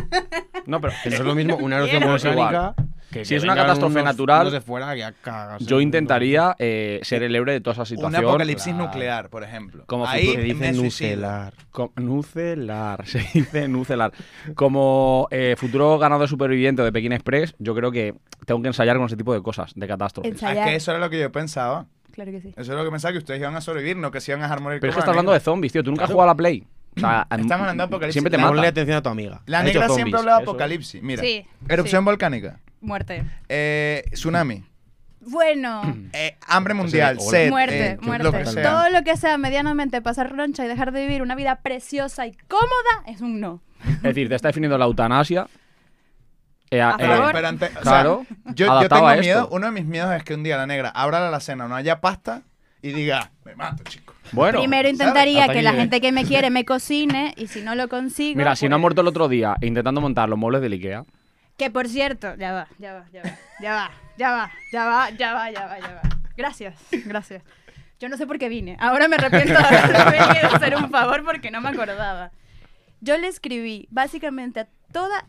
Speaker 3: No, pero
Speaker 5: Que no es lo mismo una erupción
Speaker 3: Quiero.
Speaker 5: volcánica. que-
Speaker 3: Si
Speaker 5: que
Speaker 3: es una
Speaker 5: vengan
Speaker 3: catástrofe
Speaker 5: unos-
Speaker 3: natural,
Speaker 5: unos de fuera que ya cagas.
Speaker 3: yo intentaría eh, ser el héroe de toda esa
Speaker 2: un
Speaker 3: situación.
Speaker 2: apocalipsis
Speaker 5: claro.
Speaker 2: nuclear, por ejemplo.
Speaker 3: Como
Speaker 2: Ahí
Speaker 5: Se dice
Speaker 2: me suicido.
Speaker 5: nucelar.
Speaker 3: Co- Nucelar, se dice nucelar. Como eh, futuro ganador superviviente de Pekín Express, yo creo que tengo que ensayar con ese tipo de cosas, de catástrofes.
Speaker 2: Ah,
Speaker 4: Ensayar.
Speaker 2: es que eso era lo que yo pensaba.
Speaker 4: Claro que sí.
Speaker 2: Eso es lo que pensaba, que ustedes iban a sobrevivir, no que se iban a dejar morir.
Speaker 3: Pero es que
Speaker 2: como
Speaker 3: está hablando de
Speaker 2: amigos.
Speaker 3: zombies, tío. Tú nunca has jugado a la Play. O sea, mm,
Speaker 2: Estamos hablando de apocalipsis.
Speaker 3: Siempre te
Speaker 2: La-
Speaker 5: Ponle
Speaker 3: matan.
Speaker 5: atención a tu amiga.
Speaker 2: La
Speaker 5: Ha dicho
Speaker 2: negra
Speaker 5: zombies.
Speaker 2: siempre hablaba de
Speaker 5: Eso-
Speaker 2: apocalipsis. Mira,
Speaker 4: Sí,
Speaker 2: erupción
Speaker 4: sí.
Speaker 2: volcánica,
Speaker 4: Muerte.
Speaker 2: eh, tsunami,
Speaker 4: Bueno.
Speaker 2: eh, hambre mundial,
Speaker 5: o-
Speaker 2: sed,
Speaker 4: muerte,
Speaker 2: eh,
Speaker 4: muerte.
Speaker 2: lo que sea.
Speaker 4: Todo lo que sea medianamente pasar roncha y dejar de vivir una vida preciosa y cómoda es un no.
Speaker 3: Es decir, te está definiendo la eutanasia. Eh,
Speaker 4: A
Speaker 3: eh,
Speaker 2: Pero-
Speaker 4: favor.
Speaker 2: pero ante- o sea,
Speaker 3: Claro,
Speaker 2: yo- yo,
Speaker 3: adaptado
Speaker 2: tengo
Speaker 3: a esto.
Speaker 2: miedo, uno de mis miedos es que un día la negra abra la alacena, no haya pasta y diga, me mato, chico.
Speaker 3: Bueno,
Speaker 4: Primero intentaría
Speaker 5: Hasta
Speaker 4: que
Speaker 5: aquí
Speaker 4: la
Speaker 5: llegué.
Speaker 4: gente que me quiere me cocine y si no lo consigo.
Speaker 3: mira, si
Speaker 4: pues-
Speaker 3: no ha muerto el otro día intentando montar los muebles del Ikea.
Speaker 4: Que por cierto, ya va, ya va, ya va, ya va, ya va, ya va, ya va, ya va, ya va. Gracias, gracias. Yo no sé por qué vine. Ahora me arrepiento de haberle venido a hacer un favor porque no me acordaba. Yo le escribí básicamente a toda,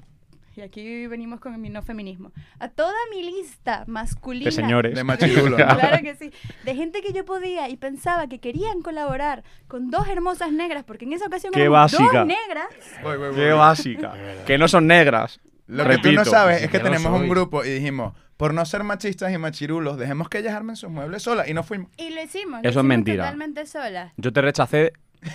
Speaker 4: y aquí venimos con mi no feminismo, a toda mi lista masculina.
Speaker 3: De señores.
Speaker 2: De machirulo. ¿no?
Speaker 4: Claro que sí. De gente que yo podía y pensaba que querían colaborar con dos hermosas negras, porque en esa ocasión
Speaker 3: Qué
Speaker 4: éramos
Speaker 3: básica.
Speaker 4: dos negras.
Speaker 2: Voy, voy, voy.
Speaker 3: básica. que no son negras.
Speaker 2: Lo que tú
Speaker 3: Repito.
Speaker 2: no sabes es que
Speaker 5: ya lo
Speaker 2: tenemos un
Speaker 5: soy.
Speaker 2: grupo y dijimos, por no ser machistas y machirulos, dejemos que ellas armen sus muebles solas y no fuimos.
Speaker 4: Y lo hicimos.
Speaker 3: Eso
Speaker 4: lo
Speaker 3: es
Speaker 4: hicimos
Speaker 3: mentira.
Speaker 4: Totalmente solas.
Speaker 3: Yo te rechacé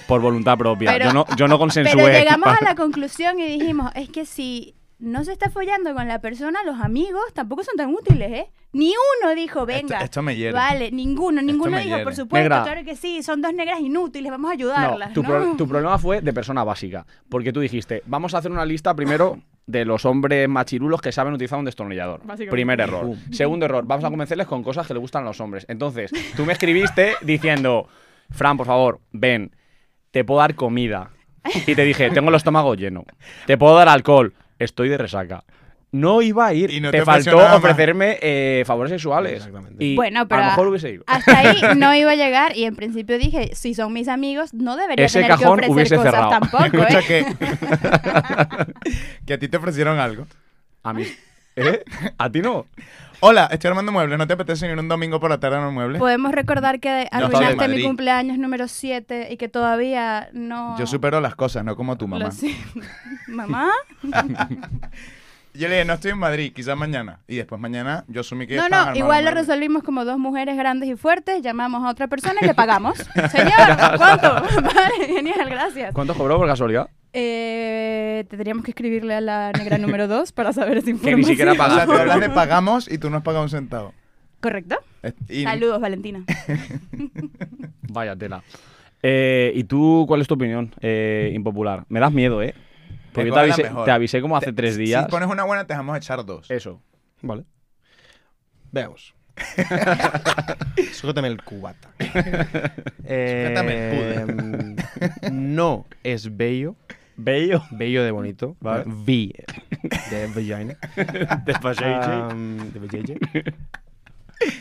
Speaker 3: por voluntad propia.
Speaker 4: Pero-
Speaker 3: yo no, yo no consensué.
Speaker 4: Pero llegamos a la conclusión y dijimos, es que si no se está follando con la persona, los amigos tampoco son tan útiles, ¿eh? Ni uno dijo, venga.
Speaker 2: Esto- esto me hiere.
Speaker 4: Vale, ninguno, ninguno
Speaker 2: me
Speaker 4: dijo,
Speaker 2: hiere.
Speaker 4: por supuesto,
Speaker 3: Negra.
Speaker 4: claro que sí, son dos negras inútiles, vamos a
Speaker 3: No,
Speaker 4: ayudarlas.
Speaker 3: tu,
Speaker 4: ¿no?
Speaker 3: pro- tu problema fue de persona básica. Porque tú dijiste, vamos a hacer una lista primero de los hombres machirulos que saben utilizar un destornillador.
Speaker 4: Básicamente.
Speaker 3: Primer error. Segundo error, vamos a convencerles con cosas que le gustan a los hombres. Entonces, tú me escribiste diciendo, Fran, por favor, ven, te puedo dar comida. Y te dije, tengo el estómago lleno. Te puedo dar alcohol. Estoy de resaca. No iba a ir.
Speaker 2: Y no
Speaker 3: te,
Speaker 2: te ofreció
Speaker 3: faltó
Speaker 2: nada más.
Speaker 3: ofrecerme eh, favores sexuales.
Speaker 5: Exactamente.
Speaker 3: Y
Speaker 4: Bueno, pero
Speaker 3: a lo mejor hubiese ido.
Speaker 4: hasta ahí no iba a llegar y en principio dije, si son mis amigos, no debería
Speaker 3: Ese
Speaker 4: tener
Speaker 3: cajón
Speaker 4: que
Speaker 3: hubiese
Speaker 4: ofrecer cosas
Speaker 3: cerrado.
Speaker 4: tampoco,
Speaker 2: Escucha
Speaker 4: ¿eh?
Speaker 2: que. que a ti te ofrecieron algo.
Speaker 3: A mí. ¿Eh? ¿A ti no?
Speaker 2: Hola, estoy armando muebles. ¿No te apetece venir un domingo por la tarde a un mueble?
Speaker 4: Podemos recordar que
Speaker 2: estaba en
Speaker 4: arruinaste mi
Speaker 2: Madrid.
Speaker 4: cumpleaños número 7 y que todavía no...
Speaker 2: Yo supero las cosas, no como tu
Speaker 4: lo
Speaker 2: mamá.
Speaker 4: sé. ¿Mamá?
Speaker 2: Yo le dije, no estoy en Madrid, quizás mañana. Y después mañana yo asumí que.
Speaker 4: No,
Speaker 2: estabas
Speaker 4: no,
Speaker 2: armando
Speaker 4: igual lo
Speaker 2: muebles.
Speaker 4: resolvimos como dos mujeres grandes y fuertes, llamamos a otra persona y le pagamos. Señor, ¿cuánto? Vale, genial, gracias.
Speaker 3: ¿Cuánto cobró por casualidad?
Speaker 4: Eh, tendríamos que escribirle a la negra número 2 para saber esa
Speaker 3: Que
Speaker 4: información.
Speaker 3: ni siquiera
Speaker 2: O sea,
Speaker 3: pagaste.
Speaker 2: tú hablas de pagamos y tú no has pagado un centavo.
Speaker 4: ¿Correcto?
Speaker 2: Es- y-
Speaker 4: Saludos, Valentina.
Speaker 3: Vaya tela. Eh, ¿Y tú cuál es tu opinión eh, impopular? Me das miedo, ¿eh? Porque yo te
Speaker 2: Escoge la
Speaker 3: avisé,
Speaker 2: mejor.
Speaker 3: te avisé como hace
Speaker 2: Te-
Speaker 3: tres
Speaker 2: si-
Speaker 3: días. Eh,
Speaker 2: Si pones una buena, te dejamos echar dos.
Speaker 3: Eso.
Speaker 5: Vale. Veamos. Sujétame el cubata.
Speaker 2: Sujétame
Speaker 5: Eh, no es bello.
Speaker 3: Bello.
Speaker 5: Bello de bonito.
Speaker 3: Vale.
Speaker 5: Vi. De vagina. Am, de vajayjay.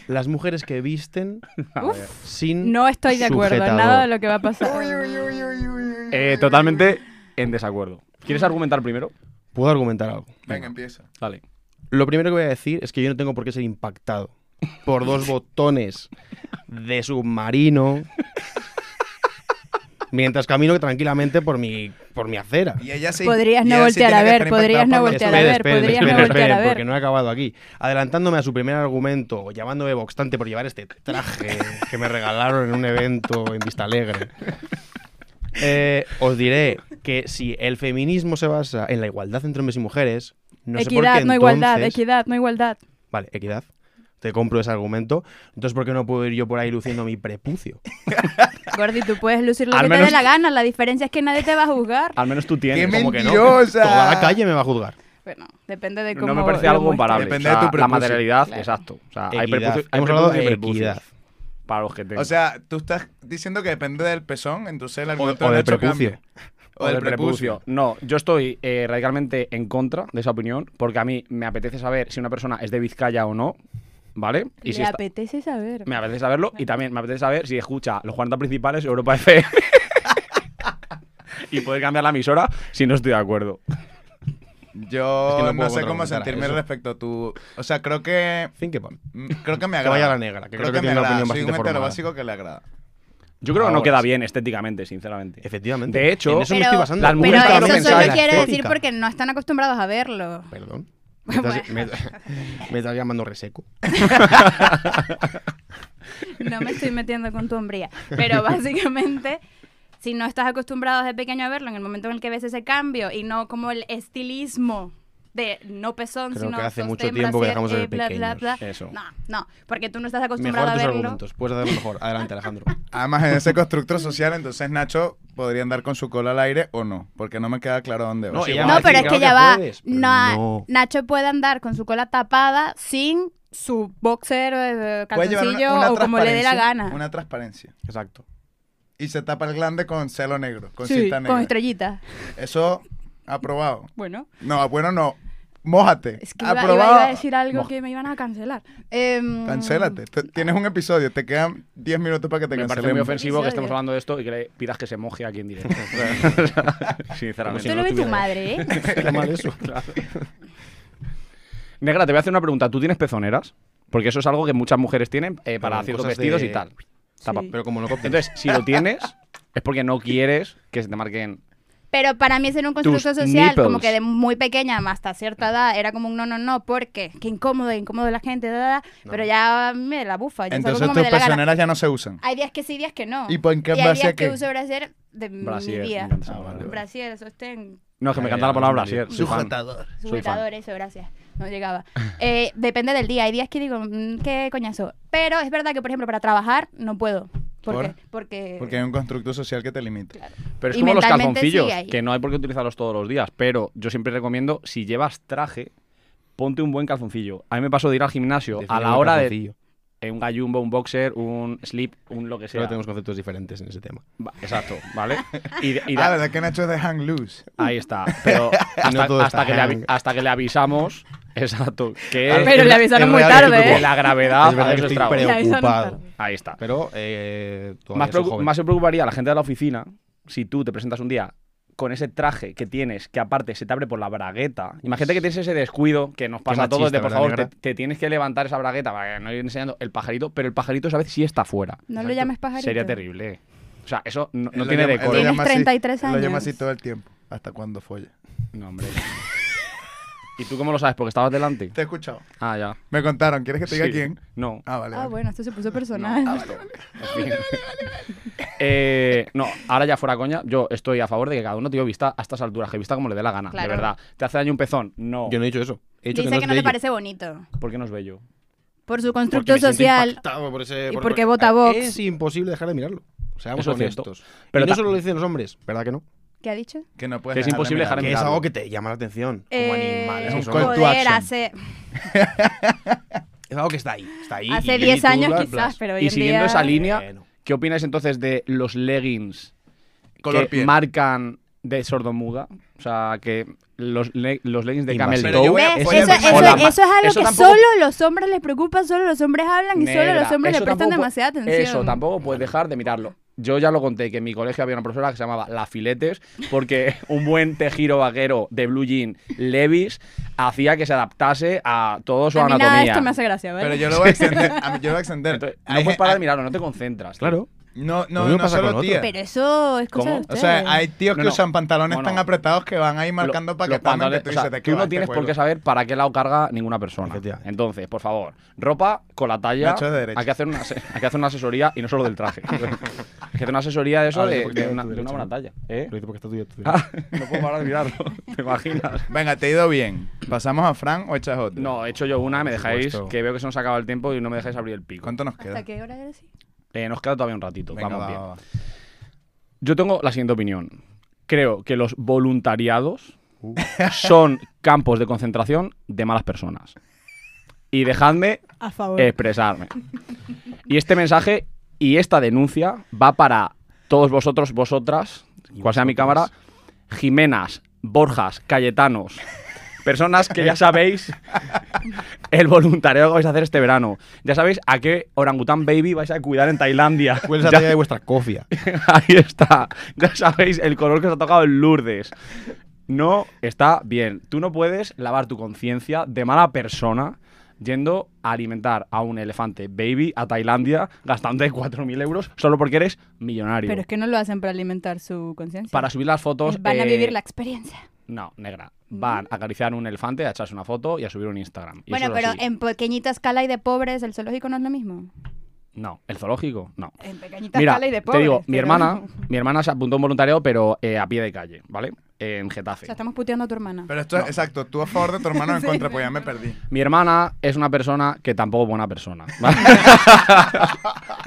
Speaker 5: Las mujeres que visten
Speaker 4: Uf,
Speaker 5: sin.
Speaker 4: no estoy de acuerdo en
Speaker 5: sujetador.
Speaker 4: nada de lo que va a pasar.
Speaker 3: Eh, totalmente en desacuerdo. ¿Quieres argumentar primero?
Speaker 5: Puedo argumentar algo.
Speaker 2: Venga, empieza.
Speaker 3: Dale.
Speaker 5: Lo primero que voy a decir es que yo no tengo por qué ser impactado por dos botones de submarino mientras camino tranquilamente por mi, por mi acera.
Speaker 2: Y ella sí.
Speaker 4: Podrías
Speaker 2: y
Speaker 4: no
Speaker 2: ella sí
Speaker 4: voltear
Speaker 2: tiene que
Speaker 4: a ver,
Speaker 2: estar impactada
Speaker 4: podrías no
Speaker 2: por los-
Speaker 4: voltear a
Speaker 5: Esperen,
Speaker 4: ver,
Speaker 5: esperen,
Speaker 4: podrías no
Speaker 5: esperen,
Speaker 4: voltear a
Speaker 5: esperen,
Speaker 4: ver.
Speaker 5: Porque no he acabado aquí. Adelantándome a su primer argumento, llamándome boxtante por llevar este traje que me regalaron en un evento en Vista Alegre. Eh, os diré que si el feminismo se basa en la igualdad entre hombres y mujeres, no sé por qué
Speaker 4: equidad, no igualdad,
Speaker 5: entonces-
Speaker 4: equidad, no igualdad.
Speaker 5: Vale, equidad. Te compro ese argumento. Entonces, ¿por qué no puedo ir yo por ahí luciendo mi prepucio?
Speaker 4: Gordi, tú puedes lucir lo
Speaker 3: Al
Speaker 4: que te
Speaker 3: menos- Ah.
Speaker 4: dé la gana, la diferencia es que nadie te va a juzgar.
Speaker 3: Al menos tú tienes.
Speaker 2: ¡Qué
Speaker 3: como que no.
Speaker 2: mentirosa!
Speaker 5: Toda la calle me va a juzgar.
Speaker 4: Bueno, depende de cómo
Speaker 3: No me parece
Speaker 4: lo
Speaker 3: algo
Speaker 4: muestres.
Speaker 3: comparable.
Speaker 2: Depende
Speaker 3: O sea,
Speaker 2: de tu
Speaker 3: La
Speaker 2: prepucio.
Speaker 3: materialidad,
Speaker 4: Claro.
Speaker 3: exacto. O sea, hay
Speaker 5: Equidad.
Speaker 3: prepucio- hay
Speaker 5: Hemos hablado
Speaker 3: prepucios y
Speaker 5: de
Speaker 3: prepucios.
Speaker 5: equidad.
Speaker 3: Para los que tengan.
Speaker 2: O sea, tú estás diciendo que depende del pezón, entonces el
Speaker 5: O,
Speaker 2: argumento
Speaker 5: o
Speaker 2: de
Speaker 5: del
Speaker 2: Nacho
Speaker 5: prepucio.
Speaker 2: cambia. O del prepucio.
Speaker 3: No, yo estoy eh, radicalmente en contra de esa opinión porque a mí me apetece saber si una persona es de Vizcaya o no, ¿vale? Y
Speaker 4: Le
Speaker 3: si está-
Speaker 4: apetece saber.
Speaker 3: Me apetece saberlo y también me apetece saber si escucha los 40 principales Europa FM. y poder cambiar la emisora si no estoy de acuerdo.
Speaker 2: Yo
Speaker 5: Es que no
Speaker 2: no,
Speaker 5: puedo
Speaker 2: sé cómo
Speaker 5: contraargumentar a
Speaker 2: sentirme
Speaker 5: eso.
Speaker 2: respecto a tu. O sea, creo que.
Speaker 5: Think about it.
Speaker 2: mm, Creo que me
Speaker 5: Que
Speaker 2: agrada.
Speaker 5: vaya la negra, que creo que
Speaker 2: me
Speaker 5: tiene una
Speaker 2: agrada.
Speaker 5: opinión
Speaker 2: Soy un
Speaker 5: bastante
Speaker 2: hetero
Speaker 5: formada.
Speaker 2: básico que le agrada.
Speaker 3: Yo creo que no
Speaker 5: Ahora
Speaker 3: queda
Speaker 5: sí.
Speaker 3: bien estéticamente, sinceramente.
Speaker 5: Efectivamente.
Speaker 3: De hecho-
Speaker 5: En eso me
Speaker 4: Pero-
Speaker 5: estoy basando.
Speaker 3: las mujeres
Speaker 4: pero
Speaker 3: también
Speaker 4: eso
Speaker 3: pensaban en
Speaker 4: solo
Speaker 3: la
Speaker 4: quiere decir
Speaker 5: estética.
Speaker 4: porque no están acostumbrados a verlo.
Speaker 5: Perdón. Me estás, me- me estás llamando reseco.
Speaker 4: No me estoy metiendo con tu hombría. Pero básicamente, si no estás acostumbrado desde pequeño a verlo, en el momento en el que ves ese cambio y no como el estilismo de no pezón,
Speaker 5: Creo
Speaker 4: sino
Speaker 5: que hace mucho
Speaker 4: sostén,
Speaker 5: tiempo
Speaker 4: brasier,
Speaker 5: que dejamos de
Speaker 4: eh,
Speaker 5: ver
Speaker 4: bla, bla, bla.
Speaker 3: pequeños. Eso.
Speaker 4: No, no, porque tú no estás acostumbrado
Speaker 5: Mejora tus
Speaker 4: a verlo.
Speaker 5: argumentos. Puedes hacerlo mejor. Adelante, Alejandro.
Speaker 2: Además, en ese constructo social, entonces Nacho podría andar con su cola al aire o no, porque no me queda claro a dónde va.
Speaker 5: No,
Speaker 2: Sí,
Speaker 5: ella
Speaker 2: bueno,
Speaker 5: va
Speaker 4: No,
Speaker 5: a
Speaker 4: pero es
Speaker 5: decir,
Speaker 4: que ya
Speaker 5: claro
Speaker 4: va.
Speaker 5: que puedes, pero
Speaker 4: Na-
Speaker 5: no.
Speaker 4: Nacho puede andar con su cola tapada sin su boxer, eh,
Speaker 2: puede llevar
Speaker 4: calzoncillo o como le dé la
Speaker 2: transparencia,
Speaker 4: gana.
Speaker 2: Una transparencia.
Speaker 5: Exacto.
Speaker 2: Y se tapa el glande con celo negro, con
Speaker 4: sí,
Speaker 2: cinta
Speaker 4: con
Speaker 2: negra.
Speaker 4: estrellitas.
Speaker 2: Eso, aprobado.
Speaker 4: Bueno,
Speaker 2: No, bueno, no. Mójate.
Speaker 4: es que iba,
Speaker 2: aprobado.
Speaker 4: iba- iba a decir algo
Speaker 5: Mo-
Speaker 4: que me iban a cancelar. Em,
Speaker 2: Cancélate. Te- Tienes un episodio, te quedan 10 minutos para que te
Speaker 3: Me parece muy
Speaker 2: cancelemos.
Speaker 3: ofensivo que estemos
Speaker 4: Episodio.
Speaker 3: hablando de esto y que le pidas que se moje aquí en directo.
Speaker 5: Como si
Speaker 4: Esto
Speaker 3: Sinceramente.
Speaker 5: no
Speaker 4: lo ve tu
Speaker 5: tuviera-
Speaker 4: madre, ¿eh?
Speaker 5: Está mal eso.
Speaker 3: Negra, te voy a hacer una pregunta. ¿Tú tienes pezoneras? Porque eso es algo que muchas mujeres tienen eh, para
Speaker 5: con
Speaker 3: ciertos
Speaker 5: cosas
Speaker 3: vestidos
Speaker 5: de-
Speaker 3: y tal. Tapa.
Speaker 4: Sí.
Speaker 5: Pero como no cópteres.
Speaker 3: Entonces, si lo tienes, es porque no quieres que se te marquen
Speaker 4: Pero para mí ese era un constructo
Speaker 3: Tus
Speaker 4: social, como
Speaker 3: nipples.
Speaker 4: que de muy pequeña hasta cierta edad era como un no, no, no, porque qué incómodo, incómodo la gente, da, da, da. pero ya me la bufa. Yo salgo
Speaker 2: Entonces
Speaker 4: como me
Speaker 2: tus
Speaker 4: dé la gana.
Speaker 2: personeras ya no se usan.
Speaker 4: Hay días que sí, días que no.
Speaker 2: ¿Y por qué
Speaker 4: hay
Speaker 2: base a
Speaker 4: días que
Speaker 2: qué?
Speaker 4: uso brasier de
Speaker 5: Mm,
Speaker 3: Brasier,
Speaker 4: mi
Speaker 3: me
Speaker 4: día.
Speaker 3: encanta esa
Speaker 2: Ah, vale,
Speaker 3: palabra.
Speaker 4: Brasier, sostén,
Speaker 3: No, es que me
Speaker 5: Ya,
Speaker 3: encanta
Speaker 5: ya,
Speaker 3: la palabra
Speaker 5: entendí.
Speaker 3: brasier. soy fan. Soy fan.
Speaker 4: sujetador, eso, gracias. No llegaba. Eh, depende del día. Hay días que digo, mm, qué coñazo. Pero es verdad que, por ejemplo, para trabajar no puedo. ¿Por,
Speaker 2: ¿Por?
Speaker 4: qué? Porque...
Speaker 2: Porque hay un constructo social que te limita.
Speaker 3: Pero es
Speaker 4: Y
Speaker 3: como los
Speaker 4: mentalmente
Speaker 3: calzoncillos,
Speaker 4: sigue ahí.
Speaker 3: que no hay por qué utilizarlos todos los días. Pero yo siempre recomiendo, si llevas traje, ponte un buen calzoncillo. A mí me pasó de ir al gimnasio a la hora de. eh, Un gallumbo, un boxer, un slip, un lo que sea.
Speaker 5: Solo tenemos conceptos diferentes en ese tema.
Speaker 3: Va- Exacto, ¿vale? Y, de- y de-
Speaker 2: Ah, verdad que Nacho es de hang loose.
Speaker 3: ahí está. Pero hasta,
Speaker 5: todo
Speaker 3: hasta
Speaker 5: está
Speaker 3: que le, avi-
Speaker 5: hang.
Speaker 3: hasta que le avisamos, exacto, que,
Speaker 5: Ah,
Speaker 4: Pero
Speaker 5: Es-
Speaker 4: le avisaron
Speaker 5: es
Speaker 4: muy
Speaker 5: real
Speaker 4: tarde,
Speaker 5: que tú-
Speaker 3: que
Speaker 4: ¿eh?
Speaker 3: Eh, la Ah, gravedad
Speaker 5: Es verdad
Speaker 3: hace
Speaker 5: que
Speaker 3: su
Speaker 5: estoy
Speaker 3: estrago.
Speaker 4: Ya, eso no
Speaker 5: preocupado.
Speaker 4: tarda.
Speaker 3: Ahí está.
Speaker 5: Pero eh, todavía
Speaker 3: Más,
Speaker 5: soy
Speaker 3: preocu-
Speaker 5: joven.
Speaker 3: más se preocuparía la gente de la oficina si tú te presentas un día con ese traje que tienes, que aparte se te abre por la bragueta. Imagínate que tienes ese descuido que nos pasa a todos
Speaker 5: machista,
Speaker 3: de, por
Speaker 5: ¿verdad,
Speaker 3: favor, te,
Speaker 5: negra?
Speaker 3: te tienes que levantar esa bragueta para que no ir enseñando el pajarito, pero el pajarito esa vez sí está fuera.
Speaker 4: No lo llames pajarito.
Speaker 3: Sería terrible. O sea, eso no, no
Speaker 2: Él lo
Speaker 3: tiene
Speaker 2: llama- él lo
Speaker 3: decoro.
Speaker 4: Tienes
Speaker 2: llama así-
Speaker 4: 33
Speaker 2: él Lo llama
Speaker 4: años.
Speaker 2: así todo el tiempo. Hasta cuando folla.
Speaker 3: No, hombre. ¿Y tú cómo lo sabes? ¿Porque estabas delante?
Speaker 2: Te he escuchado.
Speaker 3: Ah, ya.
Speaker 2: Me contaron. ¿Quieres que te diga
Speaker 3: Sí.
Speaker 2: quién?
Speaker 3: No.
Speaker 2: Ah, vale.
Speaker 4: Ah,
Speaker 2: vale.
Speaker 4: bueno, esto se puso personal.
Speaker 3: En fin. Eh, no, ahora ya fuera coña, yo estoy a favor de que cada uno, tío, vista a estas alturas, que vista como le dé la gana,
Speaker 4: Claro.
Speaker 3: de verdad. ¿Te hace daño un pezón? No.
Speaker 5: Yo no he dicho eso. He dicho
Speaker 4: Dice
Speaker 5: que
Speaker 4: que no,
Speaker 5: no
Speaker 4: le
Speaker 5: es bello.
Speaker 4: parece bonito.
Speaker 3: ¿Por qué no es bello?
Speaker 4: Por su
Speaker 5: Porque
Speaker 4: constructo
Speaker 5: me siento
Speaker 4: social.
Speaker 5: impactado por ese-
Speaker 4: y
Speaker 5: por-
Speaker 4: porque vota
Speaker 5: Ah,
Speaker 4: Vox.
Speaker 5: Es imposible dejar de mirarlo. Seamos
Speaker 3: Eso es cierto.
Speaker 5: honestos.
Speaker 3: Pero
Speaker 5: Pero no
Speaker 3: ta-
Speaker 5: solo lo dicen los hombres, ¿verdad que no?
Speaker 4: ¿Qué ha dicho?
Speaker 2: Que no puedes
Speaker 3: Que es
Speaker 2: dejar de
Speaker 3: imposible dejar
Speaker 2: mirar.
Speaker 3: de
Speaker 5: Que es
Speaker 3: mirarlo.
Speaker 5: algo que te llama la atención. Como
Speaker 4: Eh,
Speaker 5: animales.
Speaker 2: es
Speaker 5: que
Speaker 2: un
Speaker 5: somos.
Speaker 2: call to
Speaker 4: poder
Speaker 2: action.
Speaker 4: hace,
Speaker 5: Es algo que está ahí. Está ahí.
Speaker 4: hace
Speaker 5: y-
Speaker 4: 10
Speaker 5: y tú
Speaker 4: años
Speaker 5: la-
Speaker 4: quizás, pero hoy
Speaker 3: Y
Speaker 4: en
Speaker 3: siguiendo
Speaker 4: día...
Speaker 3: esa línea,
Speaker 5: Bueno.
Speaker 3: ¿qué opináis entonces de los leggings
Speaker 2: Color
Speaker 3: que
Speaker 2: piel.
Speaker 3: marcan de sordomuda? O sea, que los, le- los leggings de
Speaker 5: Invasivo.
Speaker 3: Camel
Speaker 2: Pero yo
Speaker 3: Toe.
Speaker 2: voy a-
Speaker 4: ¿Ves?
Speaker 2: voy a
Speaker 4: Eso,
Speaker 2: empezar-
Speaker 4: eso-
Speaker 3: Hola,
Speaker 4: eso es algo
Speaker 3: eso
Speaker 4: que
Speaker 3: tampoco-
Speaker 4: solo los hombres les preocupa, solo los hombres hablan y solo
Speaker 3: Negra,
Speaker 4: los hombres le
Speaker 3: eso
Speaker 4: prestan
Speaker 3: tampoco-
Speaker 4: demasiada atención.
Speaker 3: Eso, tampoco puedes dejar de mirarlo. Yo ya lo conté que en mi colegio había una profesora que se llamaba La Filetes, porque un buen tejido vaquero de blue jean Levis hacía que se adaptase a todo su
Speaker 4: a mí
Speaker 3: anatomía.
Speaker 4: nada de esto me hace gracia, ¿vale?
Speaker 2: Pero yo lo voy a extender. a mí- yo lo voy a extender.
Speaker 3: Entonces, no
Speaker 2: Hay
Speaker 3: puedes
Speaker 2: gen-
Speaker 3: parar de
Speaker 2: hay-
Speaker 3: mirarlo, no te concentras. tío.
Speaker 5: Claro.
Speaker 2: No,
Speaker 5: Lo
Speaker 2: no, no
Speaker 5: mismo pasa con
Speaker 2: solo
Speaker 5: otro.
Speaker 2: tía.
Speaker 4: Pero eso es cosa
Speaker 3: ¿Cómo?
Speaker 4: de
Speaker 2: O
Speaker 4: ustedes.
Speaker 2: sea, hay tíos
Speaker 3: No,
Speaker 2: que
Speaker 3: no.
Speaker 2: usan pantalones
Speaker 3: No, no.
Speaker 2: tan apretados que van ahí marcando
Speaker 3: Lo- los
Speaker 2: paquetamen que
Speaker 3: pantalones,
Speaker 2: tú
Speaker 3: o sea,
Speaker 2: dices, "Te
Speaker 3: tú
Speaker 2: quedas,
Speaker 3: no
Speaker 2: te
Speaker 3: tienes por
Speaker 2: cuelgo".
Speaker 3: qué saber para qué lado carga ninguna persona.
Speaker 5: Efectivamente.
Speaker 3: Entonces, por favor, ropa con la talla.
Speaker 2: Nacho es de derecha.
Speaker 3: Hay que hacer una, ase- hay que hacer una asesoría y no solo del traje. hay que hacer una asesoría de eso
Speaker 5: Ahora sí,
Speaker 3: de,
Speaker 5: porque
Speaker 3: de
Speaker 5: tú
Speaker 3: una,
Speaker 5: de
Speaker 3: de una
Speaker 5: derecha,
Speaker 3: buena
Speaker 5: ¿no?
Speaker 3: talla. ¿Eh?
Speaker 5: Lo digo porque está tuyo, tú.
Speaker 3: Ah, no puedo parar de mirarlo, ¿te imaginas?
Speaker 2: Venga, te he ido bien. ¿Pasamos a Fran o echas otro?
Speaker 3: No, he hecho yo una, me
Speaker 5: Por
Speaker 3: dejáis,
Speaker 5: supuesto.
Speaker 3: que veo que se nos acaba el tiempo y no me dejáis abrir el pico.
Speaker 2: ¿Cuánto nos queda?
Speaker 4: ¿Hasta qué hora era así?
Speaker 3: Eh, nos queda todavía un ratito,
Speaker 2: Venga,
Speaker 3: vamos
Speaker 2: va,
Speaker 3: bien.
Speaker 2: va, va.
Speaker 3: Yo tengo la siguiente opinión. Creo que los voluntariados son campos de concentración de malas personas. Y dejadme
Speaker 4: A favor.
Speaker 3: expresarme. Y este mensaje y esta denuncia va para todos vosotros, vosotras, cual sea mi cámara, Jimenas, Borjas, Cayetanos, personas que ya sabéis el voluntariado que vais a hacer este verano. Ya sabéis a qué orangután baby vais a cuidar en Tailandia.
Speaker 5: ¿Cuál es la
Speaker 3: Ya-
Speaker 5: talla de vuestra cofia?
Speaker 3: Ahí está. Ya sabéis el color que os ha tocado en Lourdes. No está bien. Tú no puedes lavar tu conciencia de mala persona yendo a alimentar a un elefante baby a Tailandia gastando 4.000 euros solo porque eres millonario.
Speaker 4: Pero es que no lo hacen para alimentar su conciencia.
Speaker 3: Para subir las fotos...
Speaker 4: Van a
Speaker 3: eh,
Speaker 4: vivir la experiencia.
Speaker 3: No, negra. Van a acariciar un elefante, a echarse una foto y a subir un Instagram. Y
Speaker 4: Bueno,
Speaker 3: eso es
Speaker 4: pero
Speaker 3: así.
Speaker 4: en pequeñita escala y de pobres, el zoológico no es lo mismo.
Speaker 3: No, el zoológico, no.
Speaker 4: En pequeñita
Speaker 3: Mira,
Speaker 4: escala y de pobres.
Speaker 3: te digo, mi
Speaker 4: pero-
Speaker 3: hermana, mi hermana se apuntó a un voluntariado, pero eh, a pie de calle, ¿vale? En
Speaker 4: O
Speaker 3: Getafe.
Speaker 4: sea, estamos puteando a tu hermana.
Speaker 2: Pero esto, es exacto, tú a favor de tu hermano o en
Speaker 4: Sí,
Speaker 2: contra,
Speaker 4: sí,
Speaker 2: pues ya me
Speaker 4: sí.
Speaker 2: perdí.
Speaker 3: Mi hermana es una persona que tampoco es buena persona. ¿vale?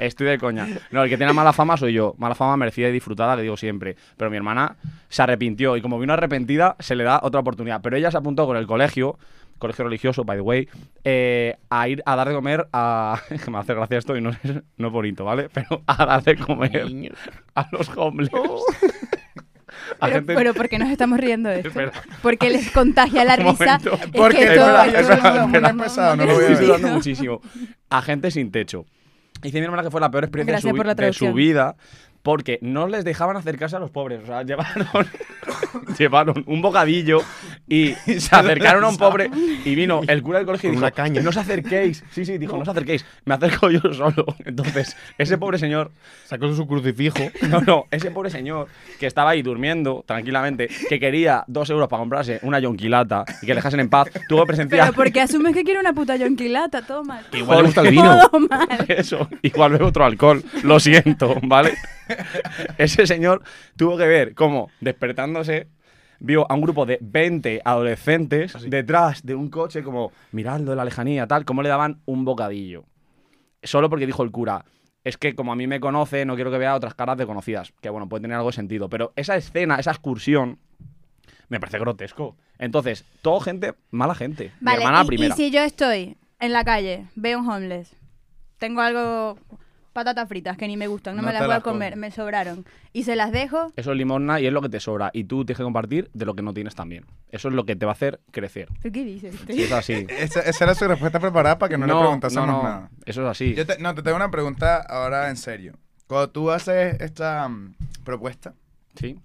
Speaker 3: Estoy de coña. No, el que tiene mala fama soy yo. Mala fama merecida y disfrutada, que digo siempre. Pero mi hermana se arrepintió y como vino arrepentida, se le da otra oportunidad. Pero ella se apuntó con el colegio, colegio religioso, by the way, eh, a ir a dar de comer a... que me hace gracia esto y no es, no es bonito, ¿vale? Pero a dar de comer a los homeless. A
Speaker 4: Oh. Pero,
Speaker 3: gente-
Speaker 4: pero ¿por qué nos estamos riendo de esto?
Speaker 3: Espera.
Speaker 4: Porque les contagia la
Speaker 3: Un
Speaker 4: risa.
Speaker 3: momento.
Speaker 4: Es que
Speaker 2: Porque
Speaker 4: esto-
Speaker 3: espera,
Speaker 4: esto
Speaker 3: espera,
Speaker 4: no-
Speaker 3: espera,
Speaker 4: no-
Speaker 2: pesado, no lo voy
Speaker 3: Estoy
Speaker 2: a ver.
Speaker 4: tiene sentido.
Speaker 3: sudando muchísimo. A gente sin techo. Dice mi hermana que fue la peor experiencia de
Speaker 4: Gracias
Speaker 3: su, vi-
Speaker 4: por la
Speaker 3: de su
Speaker 4: traducción.
Speaker 3: vida porque no les dejaban acercarse a los pobres. O sea, llevaron, llevaron un bocadillo y se acercaron a un pobre y vino el cura del colegio y
Speaker 5: Con
Speaker 3: dijo,
Speaker 5: una caña.
Speaker 3: no os acerquéis. Sí, sí, dijo, no os acerquéis. Me acerco yo solo. Entonces, ese pobre señor
Speaker 5: Sacó su crucifijo.
Speaker 3: no, no, ese pobre señor que estaba ahí durmiendo tranquilamente, que quería dos euros para comprarse una yonquilata y que le dejasen en paz, tuvo que presenciar
Speaker 4: Pero porque asumes que quiero una puta yonquilata, todo mal.
Speaker 5: igual le gusta el vino.
Speaker 4: Todo mal.
Speaker 3: eso. Igual bebe otro alcohol, lo siento, ¿vale? Ese señor tuvo que ver cómo, despertándose, vio a un grupo de 20 adolescentes detrás de un coche, como mirando en la lejanía, tal, cómo le daban un bocadillo. Solo porque dijo el cura, es que como a mí me conoce, no quiero que vea otras caras desconocidas. Que bueno, puede tener algo de sentido. Pero esa escena, esa excursión, me parece grotesco. Entonces, todo gente, mala gente. Mi
Speaker 4: Vale,
Speaker 3: hermana la
Speaker 4: y- y,
Speaker 3: primera.
Speaker 4: si yo estoy en la calle, veo un homeless, tengo algo, patatas fritas que ni me gustan, no,
Speaker 2: No
Speaker 4: me las
Speaker 2: te
Speaker 4: voy a
Speaker 2: las
Speaker 4: comer,
Speaker 2: comes.
Speaker 4: me sobraron, y se las dejo,
Speaker 3: Eso es limosna y es lo que te sobra. Y tú tienes que compartir de lo que no tienes también. Eso es lo que te va a hacer crecer.
Speaker 4: ¿tú qué dices?
Speaker 3: Si es así.
Speaker 2: Esa, esa era su respuesta preparada para que no, le preguntásemos
Speaker 3: no, no.
Speaker 2: nada.
Speaker 3: Eso es así.
Speaker 2: Yo te- no, te tengo una pregunta ahora en serio. Cuando tú haces esta mm, propuesta,
Speaker 3: Sí.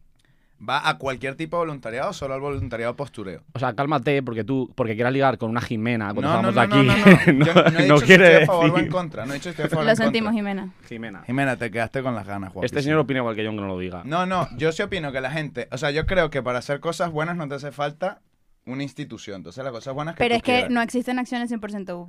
Speaker 2: ¿va a cualquier tipo de voluntariado o solo al voluntariado postureo?
Speaker 3: O sea, cálmate porque tú, porque quieras ligar con una Jimena cuando
Speaker 2: no, no,
Speaker 3: estábamos
Speaker 2: no, no, no,
Speaker 3: pues aquí.
Speaker 2: no. Yo no he dicho si
Speaker 3: quiere
Speaker 2: estoy a favor o en
Speaker 3: decir-
Speaker 2: contra. No he dicho si estoy a favor o
Speaker 4: Lo
Speaker 2: en contra.
Speaker 4: sentimos, Jimena.
Speaker 3: Jimena.
Speaker 2: Jimena, te quedaste con las ganas, Juan.
Speaker 3: Este señor opina igual que yo, aunque no lo diga.
Speaker 2: No, no, yo sí opino que la gente, o sea, yo creo que para hacer cosas buenas no te hace falta una institución. Entonces, las cosas buenas que
Speaker 4: Pero
Speaker 2: tú
Speaker 4: es que
Speaker 2: quieras.
Speaker 4: no existen acciones 100%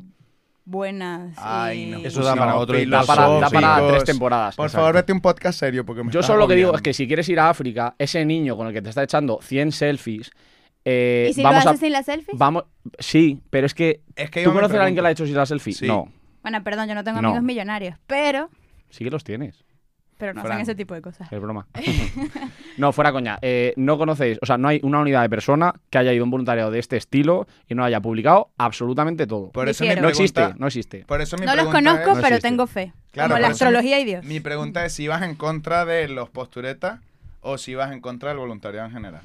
Speaker 4: buenas.
Speaker 2: Ay,
Speaker 4: y-
Speaker 2: no.
Speaker 5: Eso da para
Speaker 2: No,
Speaker 5: otro
Speaker 3: Da para, da para
Speaker 2: filosóficos.
Speaker 3: tres temporadas.
Speaker 2: Por
Speaker 3: Exacto.
Speaker 2: favor, vete un podcast serio porque me
Speaker 3: Yo
Speaker 2: estás
Speaker 3: solo lo que digo es
Speaker 2: agobiando.
Speaker 3: que si quieres ir a África, ese niño con el que te está echando 100 selfies, eh,
Speaker 4: ¿Y si
Speaker 3: vamos
Speaker 4: lo
Speaker 3: a.
Speaker 4: haces sin la selfie?
Speaker 3: Vamos, sí, pero es que.
Speaker 2: Es que
Speaker 3: ¿Tú
Speaker 2: yo me
Speaker 3: conoces a alguien
Speaker 2: pregunto-
Speaker 3: que le ha hecho sin la selfie?
Speaker 2: Sí.
Speaker 3: No.
Speaker 4: Bueno, perdón, yo no tengo
Speaker 3: No.
Speaker 4: amigos millonarios, pero,
Speaker 3: Sí que los tienes.
Speaker 4: pero no
Speaker 2: Fran.
Speaker 4: hacen ese tipo de cosas.
Speaker 3: Es broma. no, fuera coña. Eh, no conocéis, o sea, no hay una unidad de persona que haya ido a un voluntariado de este estilo y no haya publicado absolutamente todo.
Speaker 2: Por eso mi
Speaker 4: Difiero.
Speaker 3: No existe,
Speaker 2: pregunta-
Speaker 3: no existe.
Speaker 2: Por eso mi
Speaker 4: No los
Speaker 2: pregunta es-
Speaker 4: conozco,
Speaker 3: No
Speaker 4: pero
Speaker 3: existe.
Speaker 4: tengo fe.
Speaker 2: Claro,
Speaker 4: como la
Speaker 2: pero-
Speaker 4: astrología y Dios.
Speaker 2: Mi pregunta es si vas en contra de los posturetas o si vas en contra del voluntariado en general.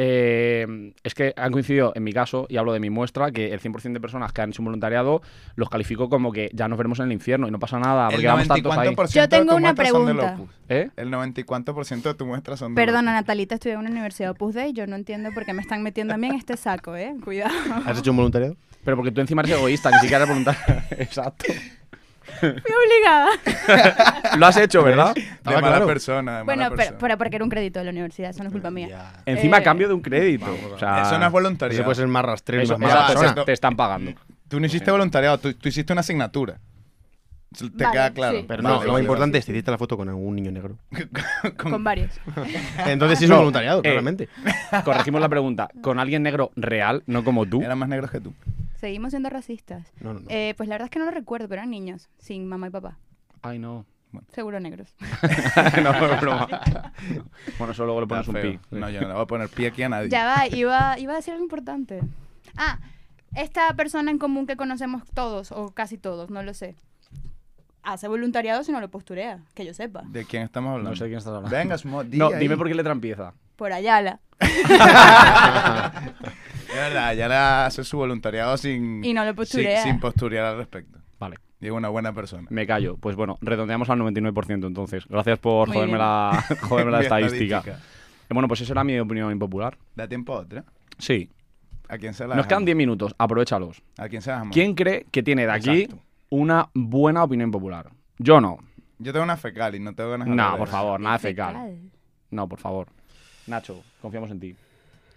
Speaker 3: Eh, es que han coincidido en mi caso, y hablo de mi muestra, que el 100% de personas que han hecho un voluntariado los calificó como que ya nos veremos en el infierno y no pasa nada, Ah, porque
Speaker 2: el
Speaker 3: vamos tantos ahí.
Speaker 2: 94%
Speaker 4: Yo tengo
Speaker 2: de tus
Speaker 4: una
Speaker 2: muestras son del
Speaker 4: pregunta.
Speaker 2: Opus.
Speaker 3: ¿Eh?
Speaker 2: El 94% de tu muestra son de
Speaker 4: Perdona,
Speaker 2: Opus.
Speaker 4: Natalita, estudié en una universidad Opus Dei. Yo no entiendo por qué me están metiendo a mí en este saco, ¿eh? Cuidado.
Speaker 5: ¿Has hecho un voluntariado?
Speaker 3: Pero porque tú encima eres egoísta, ni siquiera eres voluntario. Exacto.
Speaker 4: Fui obligada.
Speaker 3: Lo has hecho, ¿verdad?
Speaker 2: De
Speaker 5: Ah,
Speaker 2: mala
Speaker 5: claro.
Speaker 2: persona, de
Speaker 4: Bueno,
Speaker 2: mala
Speaker 4: pero,
Speaker 2: persona.
Speaker 4: pero porque era un crédito de la universidad, eso no es culpa mía.
Speaker 5: Ya.
Speaker 3: Encima a
Speaker 4: Eh,
Speaker 3: cambio de un crédito. O sea,
Speaker 2: Eso no es
Speaker 5: Ese
Speaker 2: voluntariado.
Speaker 5: puede ser más rastrero y
Speaker 3: eso-
Speaker 5: más mala
Speaker 3: exacto,
Speaker 5: persona.
Speaker 2: persona.
Speaker 3: te están pagando.
Speaker 2: Tú no hiciste voluntariado, tú, tú hiciste una asignatura. Te
Speaker 4: Vale,
Speaker 2: queda claro.
Speaker 4: sí.
Speaker 2: Vale,
Speaker 5: Pero no, lo
Speaker 2: vale,
Speaker 5: más importante es que hiciste la foto con algún niño negro.
Speaker 4: Con, varios.
Speaker 5: Entonces sí es un
Speaker 3: No,
Speaker 5: voluntariado,
Speaker 3: eh,
Speaker 5: claramente.
Speaker 3: Corregimos la pregunta. ¿Con alguien negro real, no como tú?
Speaker 2: vale. Eran más negros que tú.
Speaker 4: Seguimos siendo racistas.
Speaker 5: No, no, no.
Speaker 4: Eh, pues la verdad es que no lo recuerdo, pero eran niños, sin mamá y papá.
Speaker 3: Ay, no.
Speaker 4: Seguro negros.
Speaker 3: no, es broma. Bueno, eso luego le pones un
Speaker 2: Está
Speaker 3: pi.
Speaker 2: feo. No, yo no le voy a poner pie aquí a nadie.
Speaker 4: Ya va, iba, iba a decir algo importante. Ah, esta persona en común que conocemos todos, o casi todos, no lo sé. Hace voluntariado si no lo posturea, que yo sepa.
Speaker 2: ¿De quién estamos hablando?
Speaker 3: No sé de quién estás hablando.
Speaker 2: Venga, Smo, di
Speaker 3: No,
Speaker 2: ahí.
Speaker 3: dime por qué letra empieza.
Speaker 4: Por Ayala.
Speaker 2: Es verdad, ya la hace su voluntariado sin.
Speaker 4: Y no lo posturea.
Speaker 2: Sin, sin posturear al respecto.
Speaker 3: Vale,
Speaker 2: Y es una buena persona.
Speaker 3: me callo. Pues bueno, redondeamos al 99% entonces. Gracias por
Speaker 4: Muy
Speaker 3: joderme
Speaker 4: bien.
Speaker 3: la, joderme la
Speaker 2: Mi
Speaker 3: estadística. Eh, Bueno, pues esa era mi opinión impopular.
Speaker 2: Da tiempo a otra.
Speaker 3: Sí.
Speaker 2: ¿A quién se la
Speaker 3: Nos quedan
Speaker 2: dejamos?
Speaker 3: 10 minutos, aprovechalos.
Speaker 2: ¿A quién se la dejamos?
Speaker 3: ¿Quién cree que tiene de aquí
Speaker 5: Exacto.
Speaker 3: una buena opinión popular? Yo no.
Speaker 2: Yo tengo una fecal y no tengo ganas de hablar
Speaker 3: No,
Speaker 2: de
Speaker 3: por
Speaker 2: eso.
Speaker 3: favor, nada fecal. No, por favor. Nacho, confiamos en ti.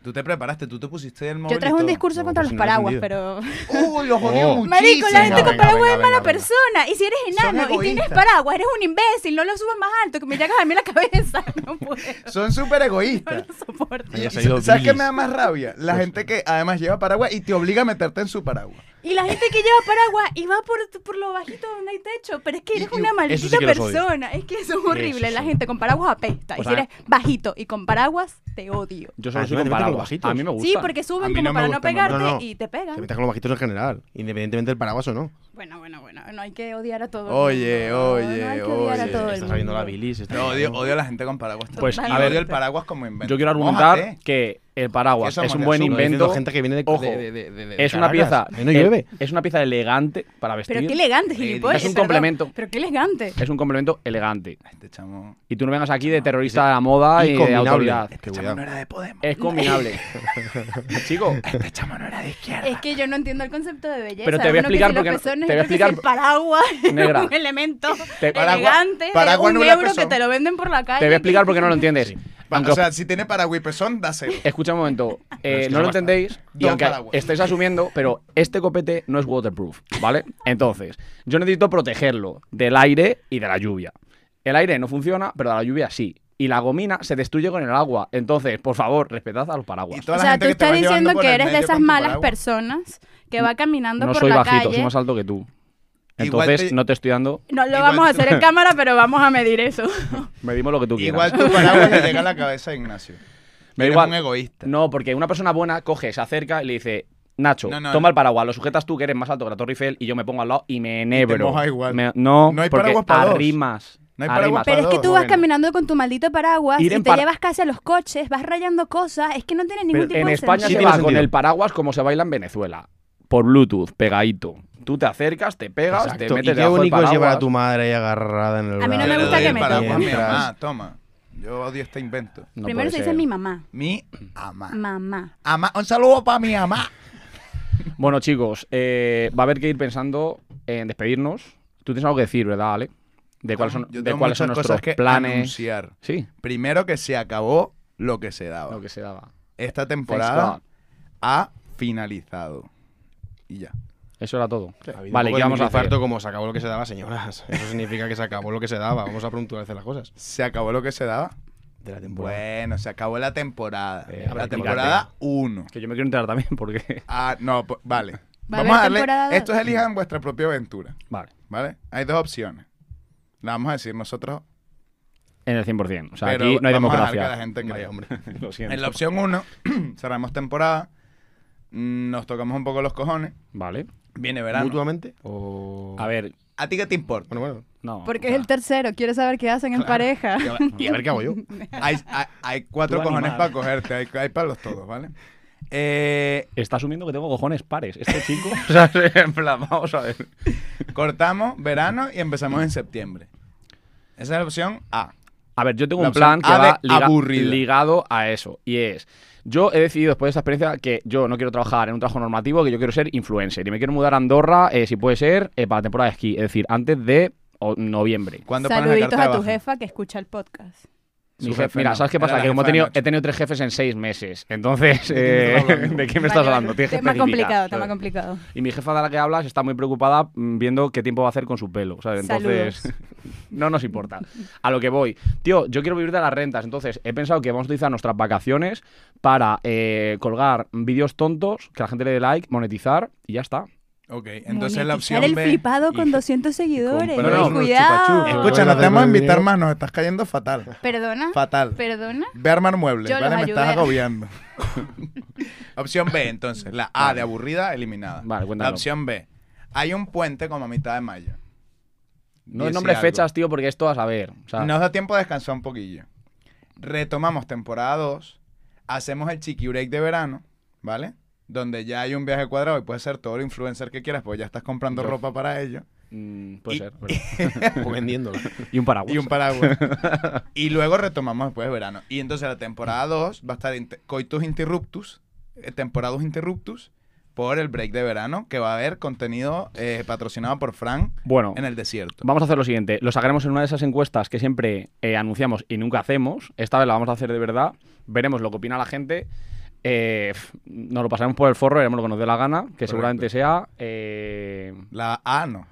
Speaker 2: Tú te preparaste, tú te pusiste el móvil.
Speaker 4: Yo
Speaker 2: y
Speaker 4: traje un
Speaker 2: todo.
Speaker 4: discurso
Speaker 5: No,
Speaker 4: contra
Speaker 5: pues
Speaker 4: los
Speaker 5: no lo he
Speaker 4: paraguas, pero...
Speaker 5: entendido.
Speaker 2: ¡Uh, los odio
Speaker 5: Oh.
Speaker 2: muchísimo!
Speaker 4: Marico, la gente con paraguas
Speaker 5: venga,
Speaker 4: es mala
Speaker 5: venga, venga.
Speaker 4: persona. Y si eres
Speaker 2: Son
Speaker 4: enano y tienes
Speaker 2: egoístas.
Speaker 4: paraguas, eres un imbécil. No lo subas más alto, que me llegas a mí a la cabeza. No puedo.
Speaker 2: Son súper
Speaker 4: No
Speaker 2: egoístas.
Speaker 4: lo soporto.
Speaker 5: Ay, ya
Speaker 2: Y-
Speaker 5: se ha ido
Speaker 2: ¿Sabes qué
Speaker 5: Billis.
Speaker 2: me da más rabia? La gente que además lleva paraguas y te obliga a meterte en su paraguas.
Speaker 4: Y la gente que lleva paraguas y va por, por lo bajito donde hay techo. Pero es que eres
Speaker 5: Y- y-
Speaker 4: una
Speaker 5: eso
Speaker 4: maldita
Speaker 5: sí que los odio.
Speaker 4: persona. Es que eso es horrible.
Speaker 5: Eso
Speaker 4: la
Speaker 5: sí.
Speaker 4: gente con paraguas apesta.
Speaker 3: Pues
Speaker 4: y si
Speaker 3: a-
Speaker 4: eres bajito y con paraguas, te odio.
Speaker 3: Yo solo
Speaker 5: Ah,
Speaker 3: soy
Speaker 5: encima
Speaker 3: con
Speaker 5: te meten con
Speaker 3: paraguas.
Speaker 5: bajitos.
Speaker 3: A mí me gusta.
Speaker 4: Sí, porque
Speaker 2: A
Speaker 4: suben
Speaker 2: mí
Speaker 4: como
Speaker 2: no me
Speaker 4: para no
Speaker 2: gusta, no,
Speaker 4: pegarte
Speaker 5: no, no.
Speaker 4: y te pegan.
Speaker 5: Te metas con los bajitos en general, independientemente del paraguas o no.
Speaker 4: Bueno, bueno, bueno. No hay que odiar a todo el
Speaker 2: Oye,
Speaker 4: mundo.
Speaker 2: oye,
Speaker 4: no hay que odiar
Speaker 2: oye,
Speaker 4: a todo el
Speaker 5: Eh, Estás sabiendo
Speaker 4: mundo.
Speaker 5: la bilis. estás-
Speaker 2: Yo odio, odio a la gente con paraguas. también.
Speaker 3: Pues,
Speaker 2: Y
Speaker 3: a ver,
Speaker 2: odio el paraguas como invento.
Speaker 3: Yo quiero argumentar
Speaker 2: Mójate.
Speaker 3: que el paraguas
Speaker 2: Eso
Speaker 3: es un
Speaker 2: moneda
Speaker 3: buen
Speaker 2: azul,
Speaker 3: invento.
Speaker 5: gente que viene de,
Speaker 3: Ojo,
Speaker 5: de- de- de- de
Speaker 3: Es una pieza.
Speaker 5: Caracas. Ahí no llueve.
Speaker 3: Es una pieza elegante para vestir.
Speaker 4: Pero qué elegante,
Speaker 2: Lady.
Speaker 4: gilipollas.
Speaker 3: Es un
Speaker 4: perdón.
Speaker 3: complemento.
Speaker 4: Pero qué elegante.
Speaker 3: es un complemento elegante.
Speaker 2: Este chamo.
Speaker 3: Y tú no vengas aquí de terrorista de la moda y,
Speaker 5: Y
Speaker 3: de
Speaker 5: combinable.
Speaker 3: autoridad.
Speaker 2: Este chamo no era de Podemos.
Speaker 4: Eh.
Speaker 3: Es combinable. Chico,
Speaker 2: Este chamo no era de izquierda.
Speaker 4: Es que yo no entiendo el concepto de belleza.
Speaker 3: Pero te voy a
Speaker 4: Uno que
Speaker 3: explicar
Speaker 4: si los
Speaker 3: por qué no-
Speaker 4: pezones
Speaker 3: te voy a
Speaker 4: y otro que si
Speaker 3: explicar-
Speaker 4: el paraguas es
Speaker 3: Negra.
Speaker 4: un elemento
Speaker 3: Te-
Speaker 2: Paragua-
Speaker 4: elegante de
Speaker 2: paragua
Speaker 4: un
Speaker 2: anula
Speaker 4: euro
Speaker 2: pezón.
Speaker 4: que te lo venden por la calle.
Speaker 3: te voy a explicar por qué no lo entiendes.
Speaker 2: Pa-
Speaker 3: Aunque
Speaker 2: o
Speaker 3: os-
Speaker 2: sea, si tiene para Wipesón, da cero.
Speaker 3: Escucha un momento, eh,
Speaker 5: es que
Speaker 3: no lo
Speaker 5: son
Speaker 3: entendéis y
Speaker 2: Dos
Speaker 3: aunque
Speaker 2: paraguas.
Speaker 3: estáis asumiendo, pero este copete no es waterproof, ¿vale? Entonces, yo necesito protegerlo del aire y de la lluvia. El aire no funciona, pero la lluvia sí. Y la gomina se destruye con el agua. Entonces, por favor, respetad a los
Speaker 2: Y
Speaker 3: paraguas.
Speaker 2: toda
Speaker 4: O
Speaker 2: la
Speaker 4: sea,
Speaker 2: gente
Speaker 4: tú
Speaker 2: que te
Speaker 4: estás
Speaker 2: va llevando
Speaker 4: diciendo
Speaker 2: por
Speaker 4: que
Speaker 2: el
Speaker 4: eres de
Speaker 2: medio
Speaker 4: esas
Speaker 2: con tu
Speaker 4: malas
Speaker 2: paraguas.
Speaker 4: personas que va caminando
Speaker 3: No
Speaker 4: por
Speaker 3: soy
Speaker 4: la
Speaker 3: bajito,
Speaker 4: calle.
Speaker 3: soy más alto que tú.
Speaker 2: Igual
Speaker 3: Entonces,
Speaker 2: te-
Speaker 3: no te estoy dando.
Speaker 4: No lo
Speaker 2: Igual
Speaker 4: vamos a
Speaker 2: tú-
Speaker 4: hacer en cámara, pero vamos a medir eso.
Speaker 3: Medimos lo que tú quieras.
Speaker 2: Igual tu paraguas le llega a la cabeza a Ignacio.
Speaker 3: Me da
Speaker 2: Eres
Speaker 3: igual.
Speaker 2: un egoísta.
Speaker 3: No, porque una persona buena coge, se acerca y le dice, Nacho,
Speaker 2: No, no,
Speaker 3: toma
Speaker 2: no.
Speaker 3: el paraguas, lo sujetas tú que eres más alto que la Torre Eiffel y yo me pongo al lado y me enebro.
Speaker 2: moja igual.
Speaker 3: Me- no,
Speaker 2: No hay
Speaker 3: porque
Speaker 2: paraguas para dos.
Speaker 3: arrimas.
Speaker 2: No hay
Speaker 3: arrimas.
Speaker 2: paraguas
Speaker 4: Pero es que
Speaker 2: Dos,
Speaker 4: tú vas
Speaker 2: bueno.
Speaker 4: caminando con tu maldito paraguas
Speaker 3: Ir
Speaker 4: y
Speaker 3: en
Speaker 4: te
Speaker 3: par-
Speaker 4: llevas casi a los coches, vas rayando cosas. Es que no tiene ningún
Speaker 3: Pero
Speaker 4: tipo
Speaker 3: en
Speaker 4: de
Speaker 3: España
Speaker 5: Sí
Speaker 3: se
Speaker 4: sentido.
Speaker 5: tiene
Speaker 3: va con
Speaker 5: sentido.
Speaker 3: el paraguas como se baila en Venezuela. Por Bluetooth, pegadito. Tú te acercas, te pegas, te
Speaker 5: Exacto.
Speaker 3: metes
Speaker 5: y qué
Speaker 3: debajo del
Speaker 5: bonito es llevar a
Speaker 3: paraguas.
Speaker 5: tu madre ahí agarrada en el
Speaker 4: A mí no me
Speaker 5: brazo.
Speaker 2: Yo le
Speaker 4: gusta
Speaker 2: doy
Speaker 4: que
Speaker 2: el
Speaker 4: me
Speaker 2: paraguas a mi
Speaker 5: Mientras-
Speaker 2: mamá, ah, toma. Yo odio este invento.
Speaker 3: No
Speaker 4: Primero
Speaker 3: puede
Speaker 4: se dice
Speaker 3: ser.
Speaker 4: mi mamá.
Speaker 2: Mi
Speaker 3: Mm.
Speaker 2: ama.
Speaker 4: Mamá.
Speaker 2: Ama- Un saludo para mi ama.
Speaker 3: Bueno, chicos, eh, va a haber que ir pensando en despedirnos. Tú tienes algo que decir, ¿verdad, Ale? De cuáles son,
Speaker 2: Ah, Yo
Speaker 3: de
Speaker 2: tengo
Speaker 3: cuáles son
Speaker 2: muchas
Speaker 3: nuestros
Speaker 2: cosas que
Speaker 3: planes.
Speaker 2: anunciar.
Speaker 3: Sí,
Speaker 2: Primero que se acabó lo que se daba.
Speaker 3: lo que se daba.
Speaker 2: Esta
Speaker 3: Thanks
Speaker 2: temporada
Speaker 3: God.
Speaker 2: ha finalizado. Y ya.
Speaker 3: Eso era todo.
Speaker 5: Ha habido un
Speaker 3: Vale,
Speaker 5: poco
Speaker 3: ¿qué
Speaker 5: de
Speaker 3: vamos a hacer?
Speaker 5: infarto como se acabó lo que se daba, señoras. Eso significa que se acabó lo que se daba. Vamos a puntualizar las cosas.
Speaker 2: Se acabó lo que se daba.
Speaker 5: De la
Speaker 2: Bueno, se acabó la temporada.
Speaker 3: Eh,
Speaker 2: la
Speaker 3: hombre,
Speaker 2: temporada 1.
Speaker 3: Que yo me quiero enterar también porque...
Speaker 2: Ah, no, po- vale.
Speaker 4: ¿Va a
Speaker 2: Vamos
Speaker 4: haber
Speaker 2: a darle.
Speaker 4: temporada dos?
Speaker 2: Estos elijan vuestra propia aventura,
Speaker 3: Vale.
Speaker 2: ¿vale? Hay dos opciones. La vamos a decir nosotros.
Speaker 3: En el 100%. O sea,
Speaker 2: pero
Speaker 3: aquí no hay
Speaker 2: vamos a dejar
Speaker 3: democracia.
Speaker 2: que la gente
Speaker 5: Vaya,
Speaker 2: crea.
Speaker 5: hombre.
Speaker 3: Lo siento.
Speaker 2: En la opción 1, cerramos temporada. mm, Nos tocamos un poco los cojones.
Speaker 3: Vale.
Speaker 2: Viene verano.
Speaker 5: ¿Mutuamente? O...
Speaker 3: A ver,
Speaker 2: ¿A ti qué te importa?
Speaker 5: Bueno, bueno.
Speaker 3: no.
Speaker 4: Porque
Speaker 3: o
Speaker 4: es
Speaker 3: sea,
Speaker 4: el tercero, quiero saber qué hacen en pareja.
Speaker 5: Y a ver qué hago yo.
Speaker 2: Hay, hay- hay cuatro
Speaker 3: Tú
Speaker 2: cojones
Speaker 3: animal.
Speaker 2: para cogerte, hay, hay para los todos, ¿vale? Eh,
Speaker 3: Está asumiendo que tengo cojones pares. Este chico... o sea, en plan, vamos a ver.
Speaker 2: cortamos verano y empezamos en septiembre. Esa es la opción A.
Speaker 3: A ver, yo tengo
Speaker 2: La
Speaker 3: un plan
Speaker 2: opción
Speaker 3: que
Speaker 2: A de
Speaker 3: va liga-
Speaker 2: aburrido.
Speaker 3: ligado a eso. Y es, yo he decidido después de esta experiencia que yo no quiero trabajar en un trabajo normativo, que yo quiero ser influencer. Y me quiero mudar a Andorra, eh, si puede ser, eh, para la temporada de esquí. Es decir, antes de o- noviembre.
Speaker 2: ¿Cuándo pones la
Speaker 4: Saluditos
Speaker 2: carta
Speaker 4: a tu
Speaker 2: abajo?
Speaker 4: jefa que escucha el podcast.
Speaker 3: Mi
Speaker 2: Su
Speaker 3: jefe-
Speaker 2: jefe
Speaker 3: mira,
Speaker 2: no,
Speaker 3: ¿sabes qué
Speaker 2: era
Speaker 3: pasa?
Speaker 2: la
Speaker 3: Que como he
Speaker 2: jefa de
Speaker 3: tenido,
Speaker 2: Nacho.
Speaker 3: he tenido tres jefes en seis meses. Entonces,
Speaker 2: qué
Speaker 3: eh,
Speaker 2: me estás hablando?
Speaker 3: ¿de qué me estás
Speaker 4: Vale,
Speaker 3: hablando? Tienes que
Speaker 4: Tema
Speaker 3: especificar.
Speaker 4: complicado, tema complicado.
Speaker 3: Y mi jefa de la que hablas está muy preocupada mm, viendo qué tiempo va a hacer con su pelo, ¿sabes? Entonces,
Speaker 4: Saludos.
Speaker 3: no nos importa. A lo que voy. Tío, yo quiero vivir de las rentas, entonces he pensado que vamos a utilizar nuestras vacaciones para eh, colgar vídeos tontos, que la gente le dé like, monetizar y ya está.
Speaker 2: Ok, entonces la
Speaker 4: Monetizar
Speaker 2: opción
Speaker 4: el
Speaker 2: B.
Speaker 4: flipado con
Speaker 2: Hija.
Speaker 4: 200 seguidores.
Speaker 2: comprar
Speaker 4: eh,
Speaker 2: unos
Speaker 4: Cuidado.
Speaker 5: chupachups.
Speaker 2: Escucha, no te vamos a invitar
Speaker 5: Dinero.
Speaker 2: más, nos estás cayendo fatal.
Speaker 4: Perdona.
Speaker 2: Fatal.
Speaker 4: Perdona.
Speaker 2: Ve a armar muebles,
Speaker 4: Yo
Speaker 2: ¿vale?
Speaker 4: los
Speaker 2: Me estás
Speaker 4: ayudé.
Speaker 2: agobiando. opción B, entonces. La A de aburrida, eliminada.
Speaker 3: Vale, cuéntalo.
Speaker 2: la opción B. Hay un puente como a mitad de mayo.
Speaker 3: No
Speaker 2: Diez y
Speaker 3: nombres
Speaker 2: algo.
Speaker 3: fechas, tío, porque esto a saber. O sea,
Speaker 2: Nos da tiempo de descansar un poquillo. Retomamos temporada 2. Hacemos el chiqui break de verano, ¿vale? Donde ya hay un viaje cuadrado y puedes ser todo el influencer que quieras, pues ya estás comprando
Speaker 3: Yo-
Speaker 2: ropa para ello.
Speaker 3: mm, puede
Speaker 2: Y-
Speaker 3: ser. pero-
Speaker 5: O vendiéndola.
Speaker 3: Y un paraguas.
Speaker 2: Y un paraguas. y luego retomamos después de verano. Y entonces la temporada 2 va a estar inte- Coitus Interruptus, eh, temporadas Interruptus, por el break de verano, que va a haber contenido eh, patrocinado por Fran
Speaker 3: Bueno,
Speaker 2: en el desierto.
Speaker 3: Vamos a hacer lo siguiente, lo sacaremos en una de esas encuestas que siempre eh, anunciamos y nunca hacemos. Esta vez la vamos a hacer de verdad, veremos lo que opina la gente, eh, pf, nos lo pasaremos por el forro, veremos lo que nos dé la gana, que seguramente sea... eh,
Speaker 2: La A no.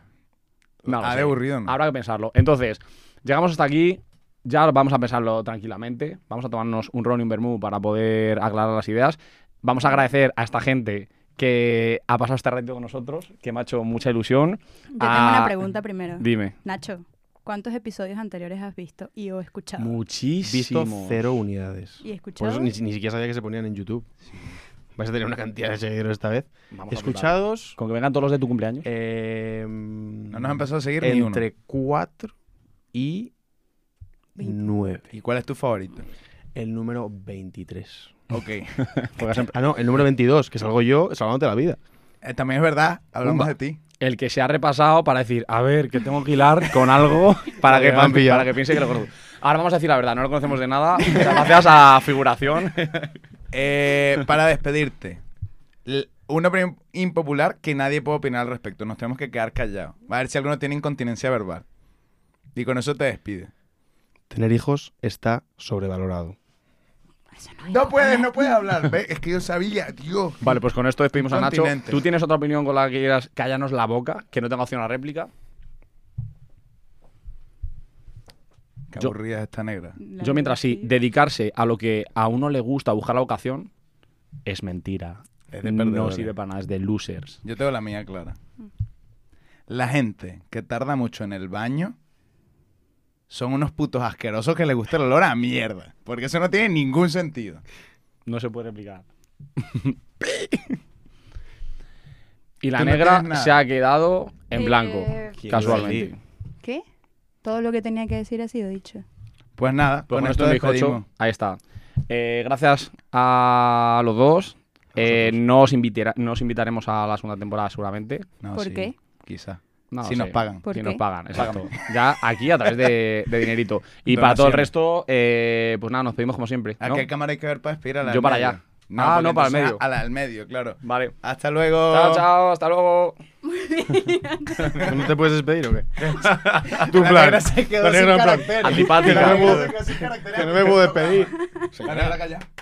Speaker 3: no lo
Speaker 2: A
Speaker 3: sé.
Speaker 2: de aburrido no.
Speaker 3: Habrá que pensarlo. Entonces, llegamos hasta aquí, ya vamos a pensarlo tranquilamente, vamos a tomarnos un ron y un vermú para poder aclarar las ideas. Vamos a agradecer a esta gente que ha pasado este reto con nosotros, que me ha hecho mucha ilusión.
Speaker 4: Yo
Speaker 3: Ah,
Speaker 4: tengo una pregunta primero.
Speaker 3: Dime.
Speaker 4: Nacho, ¿cuántos episodios anteriores has visto y o escuchado?
Speaker 3: Muchísimo.
Speaker 5: Visto cero unidades.
Speaker 4: ¿Y
Speaker 5: Por
Speaker 4: escuchado?
Speaker 5: eso ni, ni siquiera sabía que se ponían en YouTube. Vais a tener una cantidad de seguidores esta vez.
Speaker 3: Vamos a flotar.
Speaker 5: Escuchados.
Speaker 3: Con que vengan todos los de tu cumpleaños.
Speaker 5: eh,
Speaker 2: No nos empezó a seguir ni uno.
Speaker 5: Entre 4 y 9.
Speaker 2: ¿Y cuál es tu favorito?
Speaker 5: el número 23.
Speaker 2: Ok. Eh,
Speaker 5: Ah, no, el número 22, que salgo yo salvándote la vida.
Speaker 2: también es verdad, hablamos de ti.
Speaker 3: El que se ha repasado para decir, a ver, que tengo que hilar con algo para, que,
Speaker 5: me han pillado.
Speaker 3: para que piense que lo conozco. Ahora vamos a decir la verdad, no lo conocemos de nada. Muchas gracias a figuración.
Speaker 2: Eh, para despedirte, l- una opinión impopular que nadie puede opinar al respecto. Nos tenemos que quedar callados. A ver si alguno tiene incontinencia verbal. Y con eso te despide.
Speaker 5: Tener hijos está sobrevalorado.
Speaker 4: Eso
Speaker 2: No puedes, no puedes hablar. Ve, Es que yo sabía, Dios.
Speaker 3: Vale, pues con esto despedimos a Nacho.
Speaker 2: Continente.
Speaker 3: ¿Tú tienes otra opinión con la que quieras callarnos la boca? Que no tenga opción a réplica.
Speaker 2: Qué
Speaker 3: Yo-
Speaker 2: aburrida es esta negra.
Speaker 4: La
Speaker 3: Yo mientras sí,
Speaker 4: mentira.
Speaker 3: dedicarse a lo que a uno le gusta, buscar la vocación, es mentira.
Speaker 2: Es de ¿eh?
Speaker 3: no
Speaker 2: perdedores.
Speaker 3: sirve para nada, es de losers.
Speaker 2: Yo tengo la mía clara. La gente que tarda mucho en el baño son unos putos asquerosos que les gusta el olor a mierda. Porque eso no tiene ningún sentido.
Speaker 3: No se puede replicar. y la
Speaker 2: Tú no
Speaker 3: negra
Speaker 2: tienes nada.
Speaker 3: se ha quedado en
Speaker 4: Eh,
Speaker 3: blanco,
Speaker 5: ¿quién
Speaker 3: casualmente. Pues
Speaker 5: lo diría?
Speaker 4: ¿Qué? Todo lo que tenía que decir ha sido dicho.
Speaker 2: Pues nada,
Speaker 3: Pues
Speaker 2: con
Speaker 3: con
Speaker 2: esto
Speaker 3: esto, bizcocho,
Speaker 2: despedimos.
Speaker 3: ahí está. Eh, gracias a los dos. Eh, nos, invitera- nos invitaremos a la segunda temporada seguramente.
Speaker 2: No,
Speaker 4: ¿Por
Speaker 2: sí,
Speaker 4: qué?
Speaker 2: Quizá.
Speaker 3: No
Speaker 2: si
Speaker 3: lo
Speaker 2: nos
Speaker 3: sé.
Speaker 2: pagan.
Speaker 4: ¿Por
Speaker 3: si
Speaker 4: qué?
Speaker 3: nos pagan, exacto. Ya aquí a través de, de dinerito. Y
Speaker 2: Donaciones.
Speaker 3: para todo el resto, eh, pues nada, nos pedimos como siempre.
Speaker 2: ¿A
Speaker 3: ¿no?
Speaker 2: qué cámara hay que ver para despedir? A la
Speaker 3: Yo
Speaker 2: del
Speaker 3: para
Speaker 2: medio.
Speaker 3: allá. Ah,
Speaker 2: porque
Speaker 3: no, para el
Speaker 2: entonces
Speaker 3: medio.
Speaker 2: A la del medio, claro.
Speaker 3: Vale.
Speaker 2: Hasta luego.
Speaker 3: Chao, chao, hasta luego.
Speaker 5: ¿No te puedes despedir o qué?
Speaker 2: Tu
Speaker 5: Tu
Speaker 2: la
Speaker 5: plan.
Speaker 2: negra se quedó
Speaker 5: La
Speaker 2: sin
Speaker 5: negra en plan
Speaker 2: caracteres.
Speaker 3: antipática.
Speaker 2: La negra se quedó sin caracteres.
Speaker 5: Que no me puedo despedir.
Speaker 2: La negra calla.